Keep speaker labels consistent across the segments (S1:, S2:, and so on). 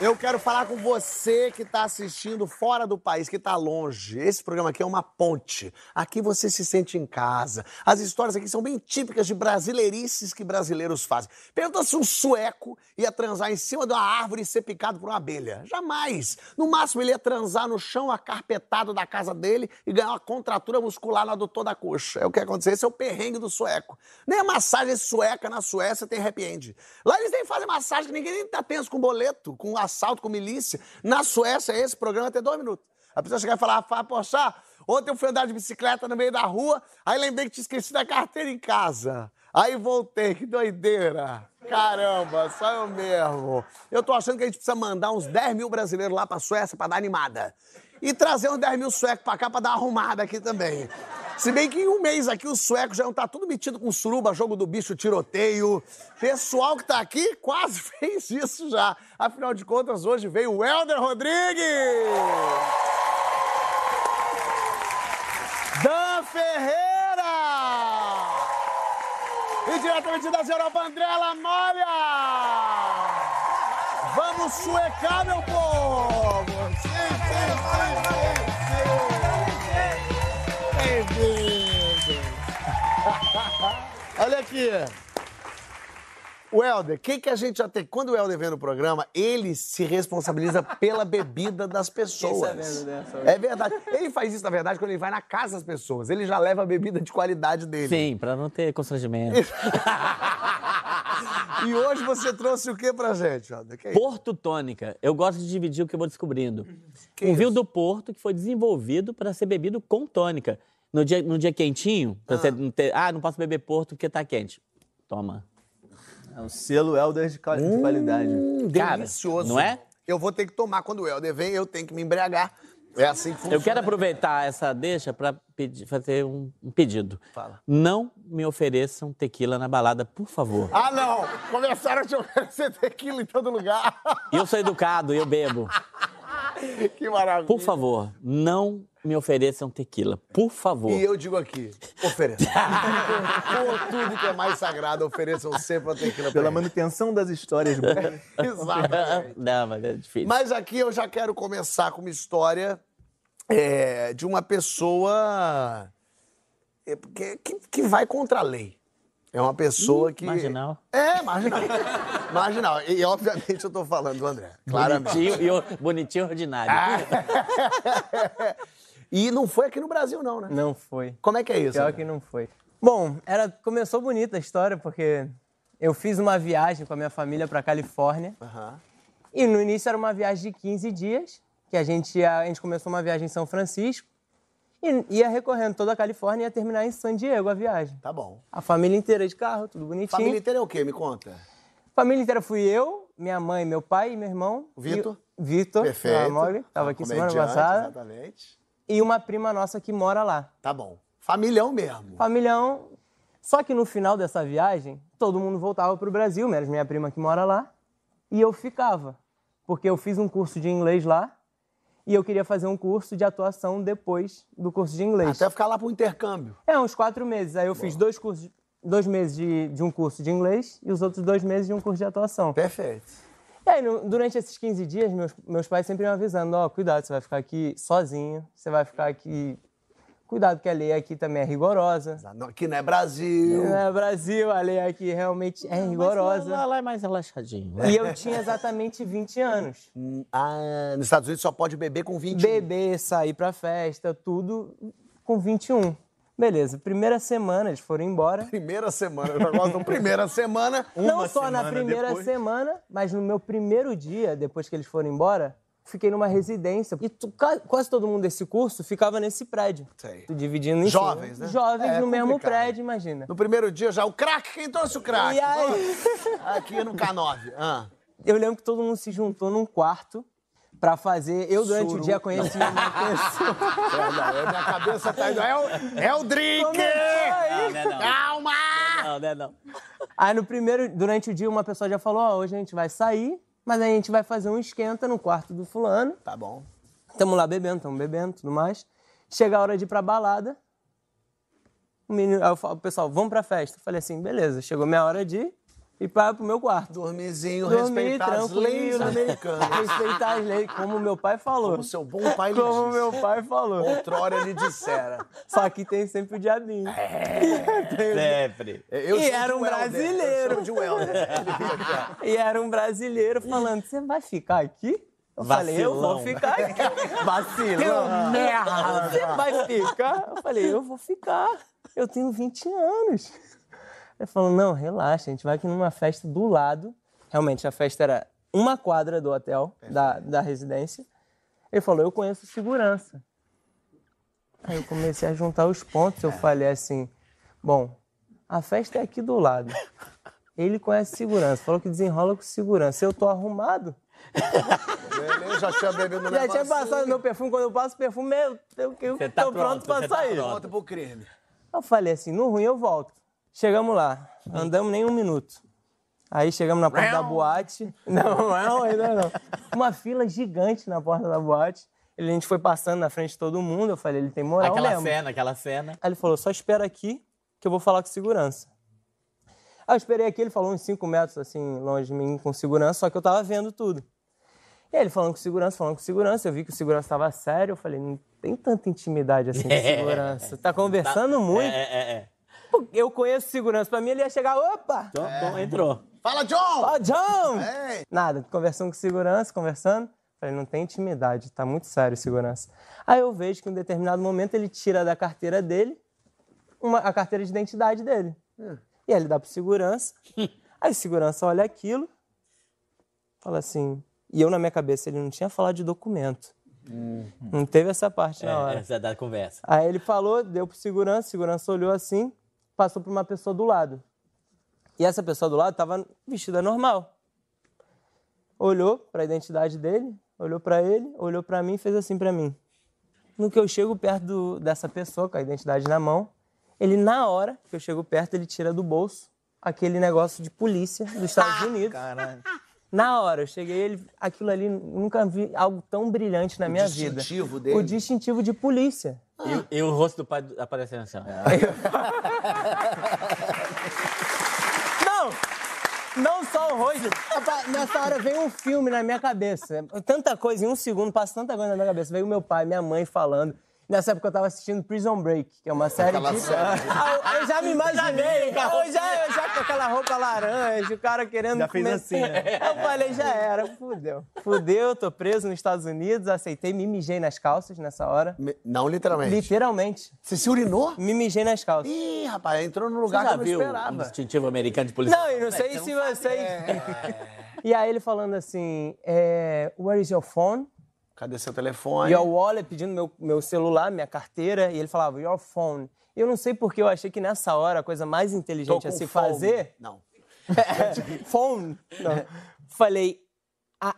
S1: eu quero falar com você que tá assistindo fora do país, que tá longe. Esse programa aqui é uma ponte. Aqui você se sente em casa. As histórias aqui são bem típicas de brasileirices que brasileiros fazem. Pergunta se um sueco ia transar em cima de uma árvore e ser picado por uma abelha. Jamais! No máximo, ele ia transar no chão acarpetado da casa dele e ganhar uma contratura muscular na doutor da coxa. É o que aconteceu. Esse é o perrengue do sueco. Nem a massagem sueca na Suécia tem happy end. Lá eles nem fazem massagem, que ninguém nem tá tenso com boleto, com assalto, com milícia. Na Suécia, esse programa é até dois minutos. A pessoa chegar e falar, Fá, poxa, ontem eu fui andar de bicicleta no meio da rua, aí lembrei que tinha esquecido a carteira em casa. Aí voltei, que doideira. Caramba, só eu mesmo. Eu tô achando que a gente precisa mandar uns 10 mil brasileiros lá pra Suécia pra dar animada. E trazer uns 10 mil suecos pra cá pra dar uma arrumada aqui também. Se bem que em um mês aqui os suecos já tá tudo metido com suruba, jogo do bicho, tiroteio. Pessoal que tá aqui quase fez isso já. Afinal de contas, hoje veio o Helder Rodrigues! Dan Ferreira! E diretamente das Europa, André Lamalha! Vamos suecar, meu povo! Sim, sim, sim, sim, sim. Bem-vindos! Olha aqui. O Helder, o que, que a gente já tem? Quando o Helder vem no programa, ele se responsabiliza pela bebida das pessoas. É verdade. Ele faz isso, na verdade, quando ele vai na casa das pessoas. Ele já leva a bebida de qualidade dele.
S2: Sim, pra não ter constrangimento.
S3: E hoje você trouxe o que pra gente, Helder? Que é isso?
S2: Porto Tônica. Eu gosto de dividir o que eu vou descobrindo.
S3: Que
S2: um vinho
S3: isso?
S2: do Porto que foi desenvolvido para ser bebido com tônica. No dia, no dia quentinho, pra você não ter. Ah, não posso beber Porto porque tá quente. Toma.
S4: É um selo Elder de quali- de qualidade.
S3: Hum,
S2: Cara,
S3: delicioso.
S2: não é?
S3: Eu vou ter que tomar quando o Helder vem, eu tenho que me embriagar. É assim que funciona.
S2: Eu quero aproveitar essa deixa pra pedir- fazer um, um pedido.
S3: Fala.
S2: Não me ofereçam tequila na balada, por favor.
S3: Ah, não! Começaram a te oferecer tequila em todo lugar.
S2: E eu sou educado, e eu bebo.
S3: que maravilha.
S2: Por favor, não me ofereçam tequila. Por favor.
S3: E eu digo aqui, ofereça. Por tudo que é mais sagrado, ofereçam sempre a tequila pra
S4: Pela
S3: eles.
S4: manutenção das histórias boas.
S3: Exatamente.
S2: Não, mas é difícil.
S3: Mas aqui eu já quero começar com uma história é, de uma pessoa é, que, que- que vai contra a lei. É uma pessoa que.
S2: marginal.
S3: É, marginal. marginal. E, obviamente, eu tô falando do André. Claramente.
S2: Bonitinho, e, or- bonitinho e ordinário.
S5: Ah, é
S3: E não foi aqui no Brasil, não, né?
S5: Não foi.
S3: Como é que é isso?
S5: Pior
S3: André?
S5: que não foi. Bom, era, começou bonita a história, porque eu fiz uma viagem com a minha família pra Califórnia.
S3: Aham.
S5: E no início era uma viagem de 15 dias, que a gente, ia- a gente começou uma viagem em São Francisco. E ia recorrendo toda a Califórnia e ia terminar em San Diego a viagem.
S3: Tá bom.
S5: A família inteira de carro, tudo bonitinho.
S3: Família inteira é o quê? Me conta.
S5: Família inteira fui eu, minha mãe, meu pai e meu irmão.
S3: Vitor.
S5: E- Vitor. meu
S3: Perfeito.
S5: amor, tá Tava aqui semana
S3: Comediante,
S5: passada.
S3: Exatamente.
S5: E uma prima nossa que mora lá.
S3: Tá bom. Familhão mesmo.
S5: Familhão. Só que no final dessa viagem, todo mundo voltava pro Brasil, menos minha prima que mora lá. E eu ficava. Porque eu fiz um curso de inglês lá. E eu queria fazer um curso de atuação depois do curso de inglês.
S3: Até ficar lá pro intercâmbio.
S5: É, uns quatro meses. Aí eu fiz dois cursos. Dois meses de, de um curso de inglês e os outros dois meses de um curso de atuação.
S3: Perfeito.
S5: E aí, no- durante esses 15 dias, meus, meus pais sempre me avisando: ó, cuidado, você vai ficar aqui sozinho, você vai ficar aqui. Cuidado, que a lei aqui também é rigorosa.
S3: Aqui não é Brasil.
S5: É, Brasil, a lei aqui realmente
S3: Ah,
S5: é rigorosa.
S2: Mas Lá, lá é mais relaxadinho. né?
S5: E eu tinha exatamente 20 anos.
S3: Ah, nos Estados Unidos só pode beber com um. 20.
S5: Beber, sair pra festa, tudo com 21. Beleza, primeira semana eles foram embora.
S3: Primeira semana, eu já gosto de primeira semana.
S5: Não só na
S4: semana
S5: primeira
S4: depois.
S5: semana, mas no meu primeiro dia, depois que eles foram embora, fiquei numa residência. E tu- ca- quase todo mundo desse curso ficava nesse prédio.
S3: Sei.
S5: Tu dividindo em
S3: Jovens,
S5: cima.
S3: né?
S5: Jovens
S3: É,
S5: no mesmo
S3: complicado.
S5: prédio, imagina.
S3: No primeiro dia já, o craque, quem trouxe o craque? tá
S5: E aí?
S3: Aqui no K9. Ah.
S5: Eu lembro que todo mundo se juntou num quarto pra fazer. Eu, durante o
S3: Suru-
S5: dia, conheci uma pessoa.
S3: Perdão, minha cabeça tá indo. É o, é o drink!
S5: Como é
S2: não, né? Não.
S5: Aí no primeiro, durante o dia, uma pessoa já falou: Ó, hoje a gente vai sair, mas a gente vai fazer um esquenta no quarto do fulano.
S1: Tá bom.
S5: Tamo lá bebendo, tamo bebendo, tudo mais. Chega a hora de ir pra balada. O menino, aí eu falo, pessoal, vamos pra festa. Eu falei assim, beleza, chegou minha hora de ir pra, pro meu quarto.
S1: Dormizinho,
S5: Dormir
S1: respeitar as leis
S5: tranquilo,
S1: americanas.
S5: respeitar as leis, como meu pai falou.
S1: Como seu bom pai lhe
S5: Como
S1: disse.
S5: meu pai falou.
S1: Outrora ele dissera.
S5: Só que tem sempre o diabinho.
S1: É,
S2: Sempre.
S1: Eu
S5: E
S1: sou
S5: era
S1: de
S5: um
S1: Welder,
S5: brasileiro.
S1: Eu sou de
S3: um
S1: Welder. Ele veio aqui, ó.
S5: E era um brasileiro falando: Você vai ficar aqui? Eu falei: Eu vou
S2: Vacilão.
S5: ficar aqui.
S1: Vacilão.
S5: merda! "Ah, Você vai ficar? Eu falei: Eu vou ficar. Eu tenho 20 anos. Ele falou: Não, relaxa, a gente vai aqui numa festa do lado. Realmente, a festa era uma quadra do hotel, da, da residência. Ele falou: Eu conheço segurança. Aí eu comecei a juntar os pontos. Eu falei assim: Bom, a festa é aqui do lado. Ele conhece segurança, falou que desenrola com segurança. Eu tô arrumado.
S1: Ele já tinha bebido no
S5: Já tinha
S1: negocinho.
S5: passado meu perfume, quando eu passo perfume, meu, eu, eu
S2: Você tá
S5: tô
S2: pronto,
S5: pronto, pra
S2: você tá
S5: sair.
S2: pronto.
S1: Volta pro crime.
S5: Eu falei assim, no ruim eu volto. Chegamos lá, andamos nem um minuto. Aí chegamos na porta da boate. Não,
S2: é
S5: não, ainda não. Uma fila gigante na porta da boate. Ele, a gente foi passando na frente de todo mundo. Eu falei, ele tem moral
S2: Aquela
S5: mesmo.
S2: cena, aquela cena.
S5: Aí ele falou, só espera aqui que eu vou falar com segurança. Aí eu esperei aqui, ele falou uns 5 metros assim, longe de mim, com segurança, só que eu tava vendo tudo. E aí ele falando com segurança, falando com segurança, eu vi que o segurança tava sério, eu falei, não tem tanta intimidade assim de segurança. Tá conversando muito.
S2: É, é, é.
S5: Pô, Eu conheço segurança, pra mim ele ia chegar, opa!
S2: Então, então entrou.
S1: Fala, John!
S5: Ó, John!
S1: Ei.
S5: Nada, conversando com segurança, conversando. Falei, não tem intimidade, tá muito sério segurança. Aí eu vejo que em um determinado momento ele tira da carteira dele uma- a carteira de identidade dele. E aí ele dá pro segurança. aí o segurança olha aquilo, fala assim. E eu na minha cabeça, ele não tinha falado de documento. Não teve essa parte na
S2: É,
S5: hora.
S2: essa é da conversa.
S5: Aí ele falou, deu pro segurança, o segurança olhou assim, passou pra uma pessoa do lado. E essa pessoa do lado tava vestida normal. Olhou pra identidade dele, olhou pra ele, olhou pra mim e fez assim pra mim. No que eu chego perto do- dessa pessoa com a identidade na mão, ele na hora que eu chego perto, ele tira do bolso aquele negócio de polícia dos
S1: Ah,
S5: Estados Unidos.
S4: Caralho.
S5: Na hora, eu cheguei, ele, aquilo ali, nunca vi algo tão brilhante na minha vida.
S1: distintivo dele.
S5: O distintivo de polícia.
S2: E, e o rosto do pai aparecendo
S5: É.
S2: assim. ó.
S5: Não! Não só o rosto. Rapaz, Nessa hora veio um filme na minha cabeça. Tanta coisa, em um segundo, passa tanta coisa na minha cabeça. Veio meu pai, minha mãe falando. Nessa época eu tava assistindo Prison Break, que é uma série
S1: Aquela
S5: de...
S1: série.
S5: Ah, Eu, eu já me imaginei. Eu já, eu já com aquela roupa laranja, o cara querendo
S4: Já fez
S5: comer-
S4: assim, né?
S5: Eu falei, já era, fudeu. Fudeu, tô preso nos Estados Unidos, aceitei, me mijei nas calças nessa hora.
S1: Me- Não, literalmente.
S5: Literalmente,
S1: Você se urinou?
S5: me mijei nas calças.
S1: Ih, rapaz, entrou num
S2: Você
S1: lugar
S5: Tá
S1: que
S2: já
S1: eu não
S2: viu um
S1: esperava.
S2: distintivo americano de polícia?
S5: Não, eu
S1: É,
S5: não
S1: então
S5: sei se vocês. E aí ele falando assim, é, where is your phone?
S1: Cadê seu telefone?
S5: Your wallet, pedindo meu, meu celular, minha carteira, e ele falava, your phone. E eu não sei porque eu achei que nessa hora a coisa mais
S1: Tô
S5: inteligente a
S1: com
S5: se
S1: fome.
S5: fazer.
S1: Não.
S5: phone. Não. Falei, I,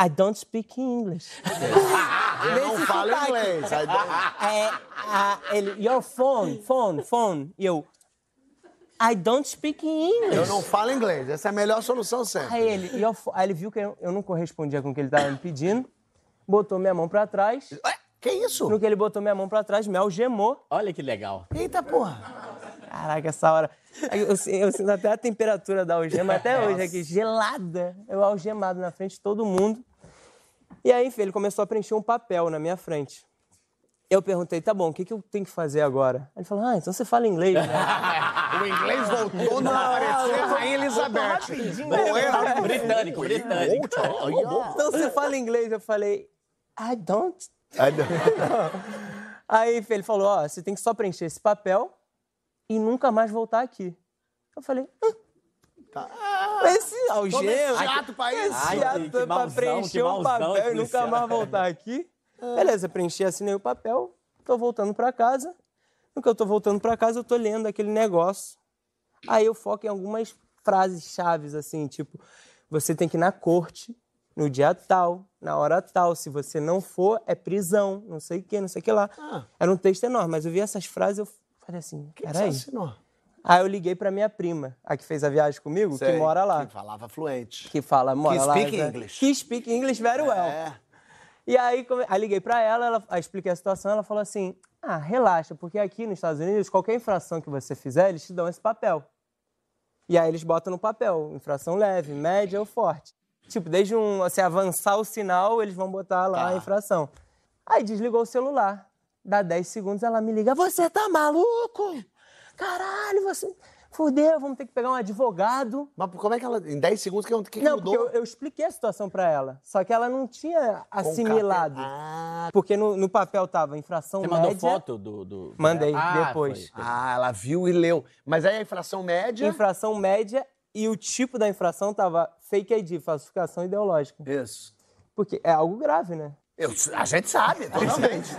S5: I don't speak English.
S1: Eu não
S5: Nesse
S1: falo
S5: sotaque.
S1: inglês. aí deu-
S5: É, a- ele, your phone, phone, phone. E eu, I don't speak English.
S1: Eu não falo inglês. Essa é a melhor solução sempre.
S5: Aí ele, e eu fo- aí ele viu que eu, eu não correspondia com o que ele estava me pedindo, botou minha mão pra trás.
S1: Ué, que isso?
S5: No que ele botou minha mão pra trás, me algemou.
S2: Olha que legal.
S1: Eita porra.
S5: Caraca, essa hora. Eu, eu sin- eu sinto até a temperatura da algema, até hoje aqui, gelada. Eu algemado na frente de todo mundo. E aí, enfim, ele começou a preencher um papel na minha frente. Eu perguntei, tá bom, o que, que eu tenho que fazer agora? Ele falou, ah, então você fala inglês, né?
S1: O inglês voltou não apareceu Rainha Elizabeth.
S5: né?
S2: Britânico, britânico, britânico.
S5: Então você fala inglês. Eu falei, I don't
S1: Aí deu-
S5: Aí ele falou: Ó, você tem que só preencher esse papel e nunca mais voltar aqui. Eu falei: Hã? Ah, Esse algema.
S1: Tá. chato pra isso.
S5: Esse
S2: Ai,
S5: chato
S2: que
S5: pra
S2: mauzão,
S5: preencher
S2: que
S5: um
S2: mauzão esse
S5: papel e nunca
S2: Luciano.
S5: mais voltar aqui.
S1: É.
S5: Beleza, preenchi, assinei o papel, tô voltando pra casa. No que eu tô voltando pra casa, eu tô lendo aquele negócio. Aí eu foco em algumas frases chaves, assim, tipo, você tem que ir na corte, no dia tal, na hora tal. Se você não for, é prisão, não sei o que, não sei o que lá. Era um texto enorme, mas eu vi essas frases, eu falei assim,
S1: Você
S5: peraí,
S1: assinou?
S5: Aí eu liguei pra minha prima, a que fez a viagem comigo, que
S6: Sei.
S5: mora lá.
S1: Que falava fluente.
S5: Que fala, mora
S6: Que
S5: lá.
S6: speak
S5: né?
S6: English.
S5: Que speak English very well.
S1: É.
S5: E aí, come- aí liguei pra ela, ela, aí expliquei a situação, ela falou assim: ah, relaxa, porque aqui nos Estados Unidos, qualquer infração que você fizer, eles te dão esse papel. E aí eles botam no papel, infração leve, média ou forte. Tipo, desde um, você avançar o sinal, eles vão botar lá
S1: Tá.
S5: a infração. Aí desligou o celular. Dá 10 segundos, ela me liga: Você tá maluco? Caralho, você. Fudeu, vamos ter que pegar um advogado.
S1: Mas como é que ela. Em 10 segundos, o que, que, que
S5: Não,
S1: mudou?
S5: porque eu, eu expliquei a situação pra ela. Só que ela não tinha assimilado.
S1: Ah,
S5: Porque no, no papel tava infração
S2: Você
S5: média.
S2: mandou foto do. do...
S5: Mandei,
S2: Ah,
S5: depois.
S2: foi.
S1: ah, ela viu e leu. Mas aí a inflação média.
S5: Infração média e o tipo da infração tava fake ID, falsificação ideológica.
S1: Isso.
S5: Porque é algo grave, né?
S1: Eu- a gente sabe, totalmente.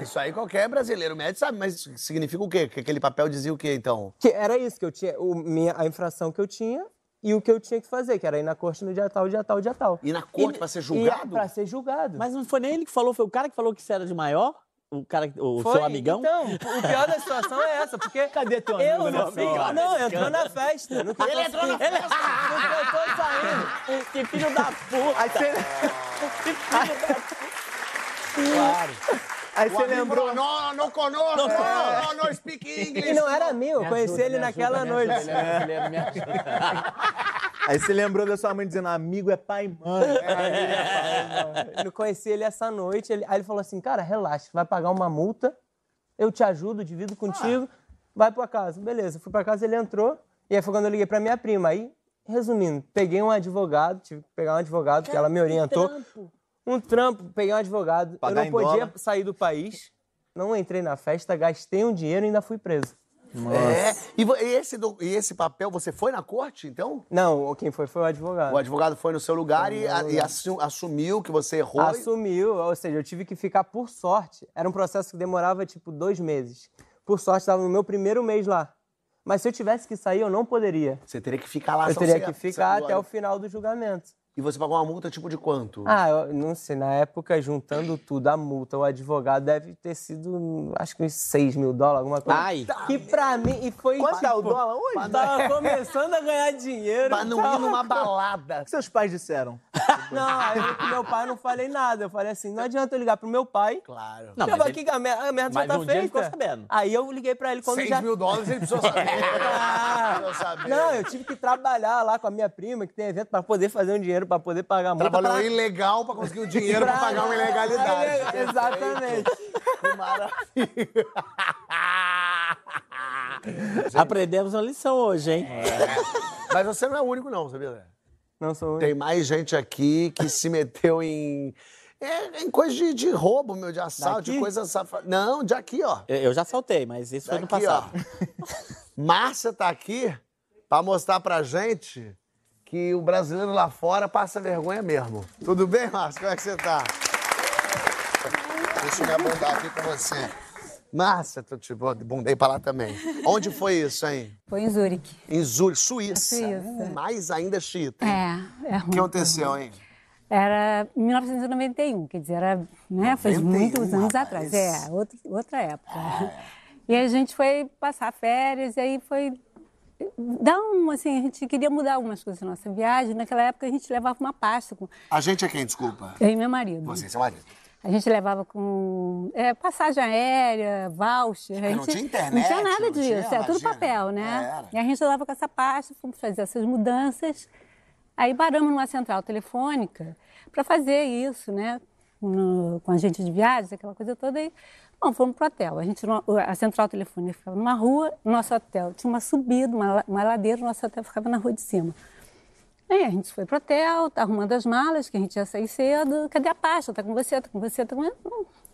S1: Isso aí qualquer brasileiro médio sabe, mas isso significa o quê? Que aquele papel dizia o quê, então?
S5: Que era isso que eu tinha, o, minha, a infração que eu tinha e o que eu tinha que fazer, que era ir na corte no dia tal, dia tal, dia tal.
S1: Ir na corte pra ser
S5: e-
S1: julgado?
S5: Pra ser julgado.
S2: Mas não foi nem ele que falou, foi o cara que falou que você era de maior? O cara, que- o
S5: Foi,
S2: seu amigão?
S5: Então, o pior da situação é essa, porque.
S4: Cadê teu amigo,
S5: Eu
S4: meu
S5: não,
S4: amigo?
S5: não, não, entrou na festa. Não ele entrou na festa! Não tentou sair.
S2: Que filho da puta!
S4: Aí você,
S2: Que filho da puta!
S4: aí você lembrou.
S1: Não, não conosco! Não, não speak English!
S5: E não é. era meu, eu
S2: Me
S5: conheci
S2: ajuda,
S5: ele
S2: me
S5: naquela
S2: ajuda, me
S5: noite.
S2: ajuda, ele é brasileiro, me ajuda.
S4: Aí você lembrou da sua mãe dizendo: amigo é pai e mãe.
S5: Eu conheci ele essa noite. ele- aí ele falou assim: Cara, relaxa, vai pagar uma multa, eu te ajudo, divido contigo,
S4: Ah.
S5: vai pra casa. Beleza, fui pra casa, ele entrou. E aí foi quando eu liguei pra minha prima. Aí, resumindo, peguei um advogado, tive que pegar um advogado, porque ela me orientou. Um trampo, peguei um advogado.
S4: Pagar
S5: eu não
S4: em
S5: podia
S4: dólar.
S5: sair do país, não entrei na festa, gastei um dinheiro e ainda fui preso.
S1: É. E, vo- e esse, do- e esse papel, você foi na corte, então?
S5: Não, quem foi foi o advogado.
S1: O advogado foi no seu lugar e, a- e assu- assumiu que você errou. e-
S5: Assumiu, ou seja, eu tive que ficar por sorte. Era um processo que demorava tipo dois meses. Por sorte, estava no meu primeiro mês lá. Mas se eu tivesse que sair, eu não poderia.
S1: Você teria que ficar lá
S5: Eu
S1: Ah, só
S5: teria
S1: você-
S5: que ficar
S1: você-
S5: até o final do julgamento.
S1: E você pagou uma multa tipo de quanto?
S5: Ah, eu não sei, na época, juntando tudo, a multa, o advogado deve ter sido, hum, acho que uns 6 mil dólares, alguma coisa.
S2: Ai.
S5: Que pra mim, e foi.
S4: Quanto é o
S5: tipo,
S4: dólar hoje?
S5: Tava começando a ganhar dinheiro.
S1: pra não ir
S5: tava-
S1: numa
S4: O
S1: balada.
S4: que seus pais disseram?
S5: Não, aí eu com meu pai não falei nada. Eu falei assim: não adianta eu ligar pro meu pai.
S1: Claro.
S2: Não,
S5: Não,
S2: mas
S5: aqui, a merda, a merda
S2: mas
S5: já tá
S2: um dia ele
S5: feita.
S2: ficou sabendo.
S5: Aí eu liguei pra ele quando
S1: 6
S5: já... É.
S1: mil dólares ele precisou saber. Precisou saber.
S5: Não, eu tive que trabalhar lá com a minha prima, que tem evento, pra poder fazer um dinheiro, pra poder pagar a multa.
S1: Trabalhou
S5: pra...
S1: ilegal pra conseguir o dinheiro pra pagar uma ilegalidade.
S5: Aí, Exatamente.
S1: Que maravilha.
S2: Aprendemos uma lição hoje, hein?
S1: É. Mas você não é o único, não, sabia? Zé?
S5: Não sou o
S1: Tem mais gente aqui que se meteu em. É, em coisa de, de roubo, meu, de assalto, de
S5: Daqui?
S1: coisa safada. Não, de aqui, ó.
S2: Eu eu já saltei, mas isso foi no
S1: Aqui, ó.
S2: passado.
S1: Márcia tá aqui pra mostrar pra gente que o brasileiro lá fora passa vergonha mesmo. Tudo bem, Márcia? Como é que você tá? Deixa eu me abundar aqui com você. Márcia, tô te bundei pra lá também. Onde foi isso, hein?
S7: Foi em Zurique.
S1: Em Zurique, Suíça.
S7: Suíça.
S1: Mais ainda chiita. hein?
S7: É, é
S1: O
S7: ruim.
S1: que aconteceu, hein?
S7: Era 1991, quer dizer, era, né, faz
S1: 91,
S7: muitos anos
S1: rapaz.
S7: atrás. É, outra, outra época. E a gente foi passar férias, e aí foi dar um, assim, a gente queria mudar algumas coisas na nossa viagem. Naquela época a gente levava uma pasta com
S1: A gente é quem, desculpa?
S7: eu e meu marido.
S1: Você, seu marido. É
S7: A gente levava com é, passagem aérea, voucher. a
S1: Porque não
S7: gente-
S1: tinha internet,
S7: Não tinha nada
S1: não tinha,
S7: disso, é tudo
S1: imagina.
S7: papel, né?
S1: Era.
S7: E a gente andava com essa pasta, fomos fazer essas mudanças. Aí paramos numa central telefônica para fazer isso, né? No- com a gente de viagens, aquela coisa toda. E, bom, fomos para o hotel. A, gente, não- a central telefônica ficava numa rua, nosso hotel tinha uma subida, uma, la- uma ladeira, nosso hotel ficava na rua de cima. Aí É, a gente foi pro hotel, tá arrumando as malas, que a gente ia sair cedo. Cadê a pasta? Tá com você, tá com você, tá com você.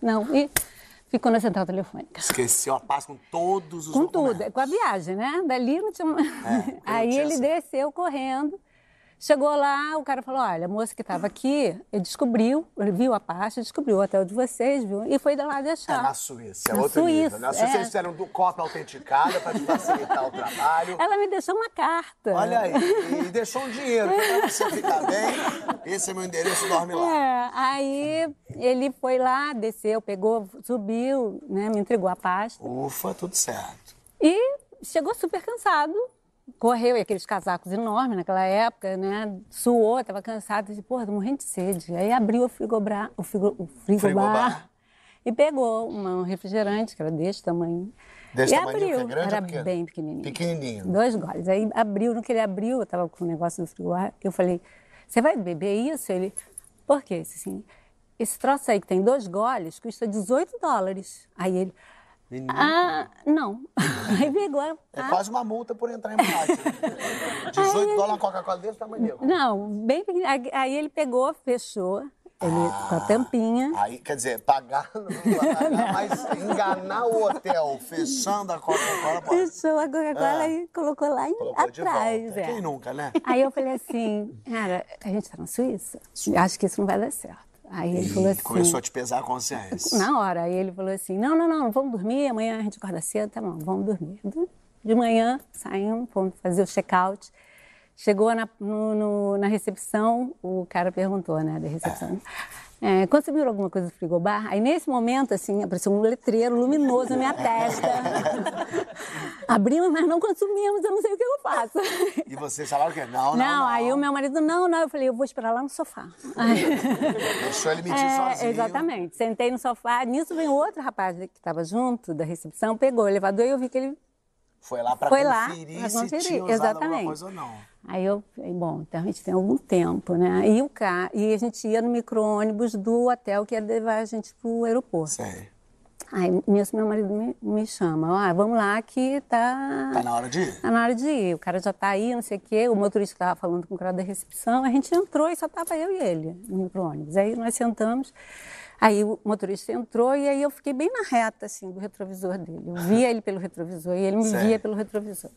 S7: Não, e ficou na central telefônica.
S1: Esqueceu a paz com todos os
S7: Com
S1: documentos. É,
S7: tudo, com a viagem, né? Dali não tinha. Aí
S1: tinha assim.
S7: ele
S1: essa.
S7: desceu correndo. Chegou lá, o cara falou: Olha, a moça que estava aqui, ele descobriu, ele viu a pasta, descobriu o hotel de vocês, viu? E foi lá
S1: É
S7: deixar.
S1: na Suíça, é
S7: Tá. Na
S1: outro nível.
S7: Suíça,
S1: Na Suíça
S7: é.
S1: eles fizeram do cópia autenticada pra te facilitar o trabalho.
S7: Ela me deixou uma carta.
S1: Olha aí, e deixou um dinheiro pra você ficar bem. Esse é meu endereço, dorme lá.
S7: É, aí ele foi lá, desceu, pegou, subiu, né? Me entregou a pasta.
S1: Ufa, tudo certo.
S7: E chegou super cansado, correu, e aqueles casacos enormes naquela época, né? Suou, estava cansado, disse, porra, tô morrendo de sede. Aí abriu o frigobar, o, frigo, o frigobar,
S8: Frigobar.
S7: e pegou uma- um refrigerante, que era desse tamanho.
S1: Desse
S7: e
S1: tamanhinho, que é
S7: abriu,
S1: grande ou
S7: era
S1: pequeno?
S7: bem pequenininho.
S1: Pequenininho.
S7: Dois goles. Aí abriu, no que ele abriu, eu estava com o negócio do frigobar, eu falei, você vai beber isso? Ele, por quê? Eu disse assim, esse troço aí que tem dois goles custa 18 dólares. Aí ele, ah, não. Aí pegou,
S1: É
S7: ah,
S1: quase uma multa por entrar em boate. 18 dólares uma Coca-Cola desse tamanho. deu.
S7: Não, bem pequenininho. Aí- Aí ele pegou, fechou, ele com a
S1: Ah.
S7: tampinha.
S1: Aí, quer dizer, pagar, não vai pagar, mas enganar o hotel fechando a Coca-Cola, pode.
S7: Fechou a Coca-Cola e colocou lá em,
S1: Ah. Colocou de
S7: atrás.
S1: volta.
S7: é.
S1: Quem nunca, né?
S7: Aí eu falei assim, cara, a gente tá na Suíça? Acho que isso não vai dar certo. Aí ele falou
S1: E
S7: assim.
S1: começou a te pesar a consciência.
S7: Na hora. Aí ele falou assim: não, não, não, vamos dormir, amanhã a gente acorda cedo, tá bom, vamos dormir. Du- De manhã saímos, fomos fazer o check-out. Chegou na, no- no- na recepção, o cara perguntou, né, da recepção. É, consumiram alguma coisa do frigobar? Aí, nesse momento, assim, apareceu um letreiro luminoso na minha testa. Abrimos, mas não consumimos, eu não sei o que eu faço.
S1: E vocês falaram o quê? Não, não,
S7: Não,
S1: não.
S7: aí o meu marido, não, não. Eu falei, eu vou esperar lá no sofá. Aí-
S1: Deixou ele mentir sozinho.
S7: É, Exatamente. Sentei no sofá, nisso vem outro rapaz que estava junto da recepção, pegou o elevador e eu vi que ele.
S1: Foi lá pra
S7: Foi lá
S1: conferir
S7: pra
S1: se
S7: conferir,
S1: tinha usado alguma
S7: exatamente.
S1: coisa ou não.
S7: Aí eu falei, bom, então a gente tem algum tempo, né? E, o ca... e a gente ia no micro-ônibus do hotel que ia levar a gente pro aeroporto.
S1: Sei.
S7: Aí nisso meu marido me, me chama, ah, vamos lá que tá.
S1: Tá na hora de ir.
S7: Tá na hora de ir, o cara já tá aí, não sei o quê. O motorista estava falando com o cara da recepção, a gente entrou e só tava eu e ele no micro-ônibus. Aí nós sentamos, aí o motorista entrou e aí eu fiquei bem na reta, assim, do retrovisor dele. Eu via ele pelo retrovisor e ele me
S1: Sério?
S7: via pelo retrovisor.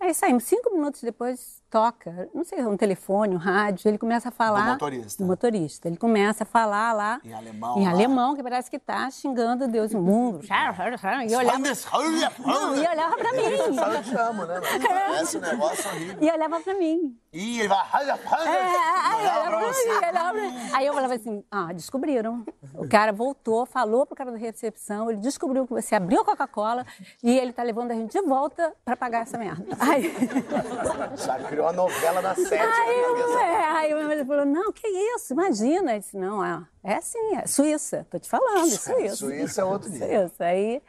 S7: Aí saímos, cinco minutos depois toca, não sei, um telefone, um rádio, ele começa a falar.
S1: motorista.
S7: Do motorista. Ele começa a falar lá.
S1: Em alemão,
S7: Em
S1: lá.
S7: alemão, que parece que tá xingando Deus e o mundo. E olhava, não, e olhava pra mim.
S1: Eu te amo, né?
S7: É.
S1: mano? Esse negócio é horrível.
S7: E olhava pra mim.
S1: Ih, ele vai.
S7: É, aí,
S1: Mandava
S7: olhava
S1: pra
S7: pra
S1: você.
S7: mim, olhava pra mim. Aí eu falava assim, ah, descobriram. O cara voltou, falou pro cara da recepção, ele descobriu que você abriu a Coca-Cola e ele tá levando a gente de volta pra pagar essa merda. Aí,
S1: Já criou a novela da sete
S7: é.
S1: né,
S7: aí,
S1: na cabeça.
S7: eu- é, aí meu marido falou, não, que isso, imagina. Eu disse, não, ah, é sim, é Suíça, tô te falando, é Suíça.
S1: Suíça é outro nível.
S7: Suíça, aí...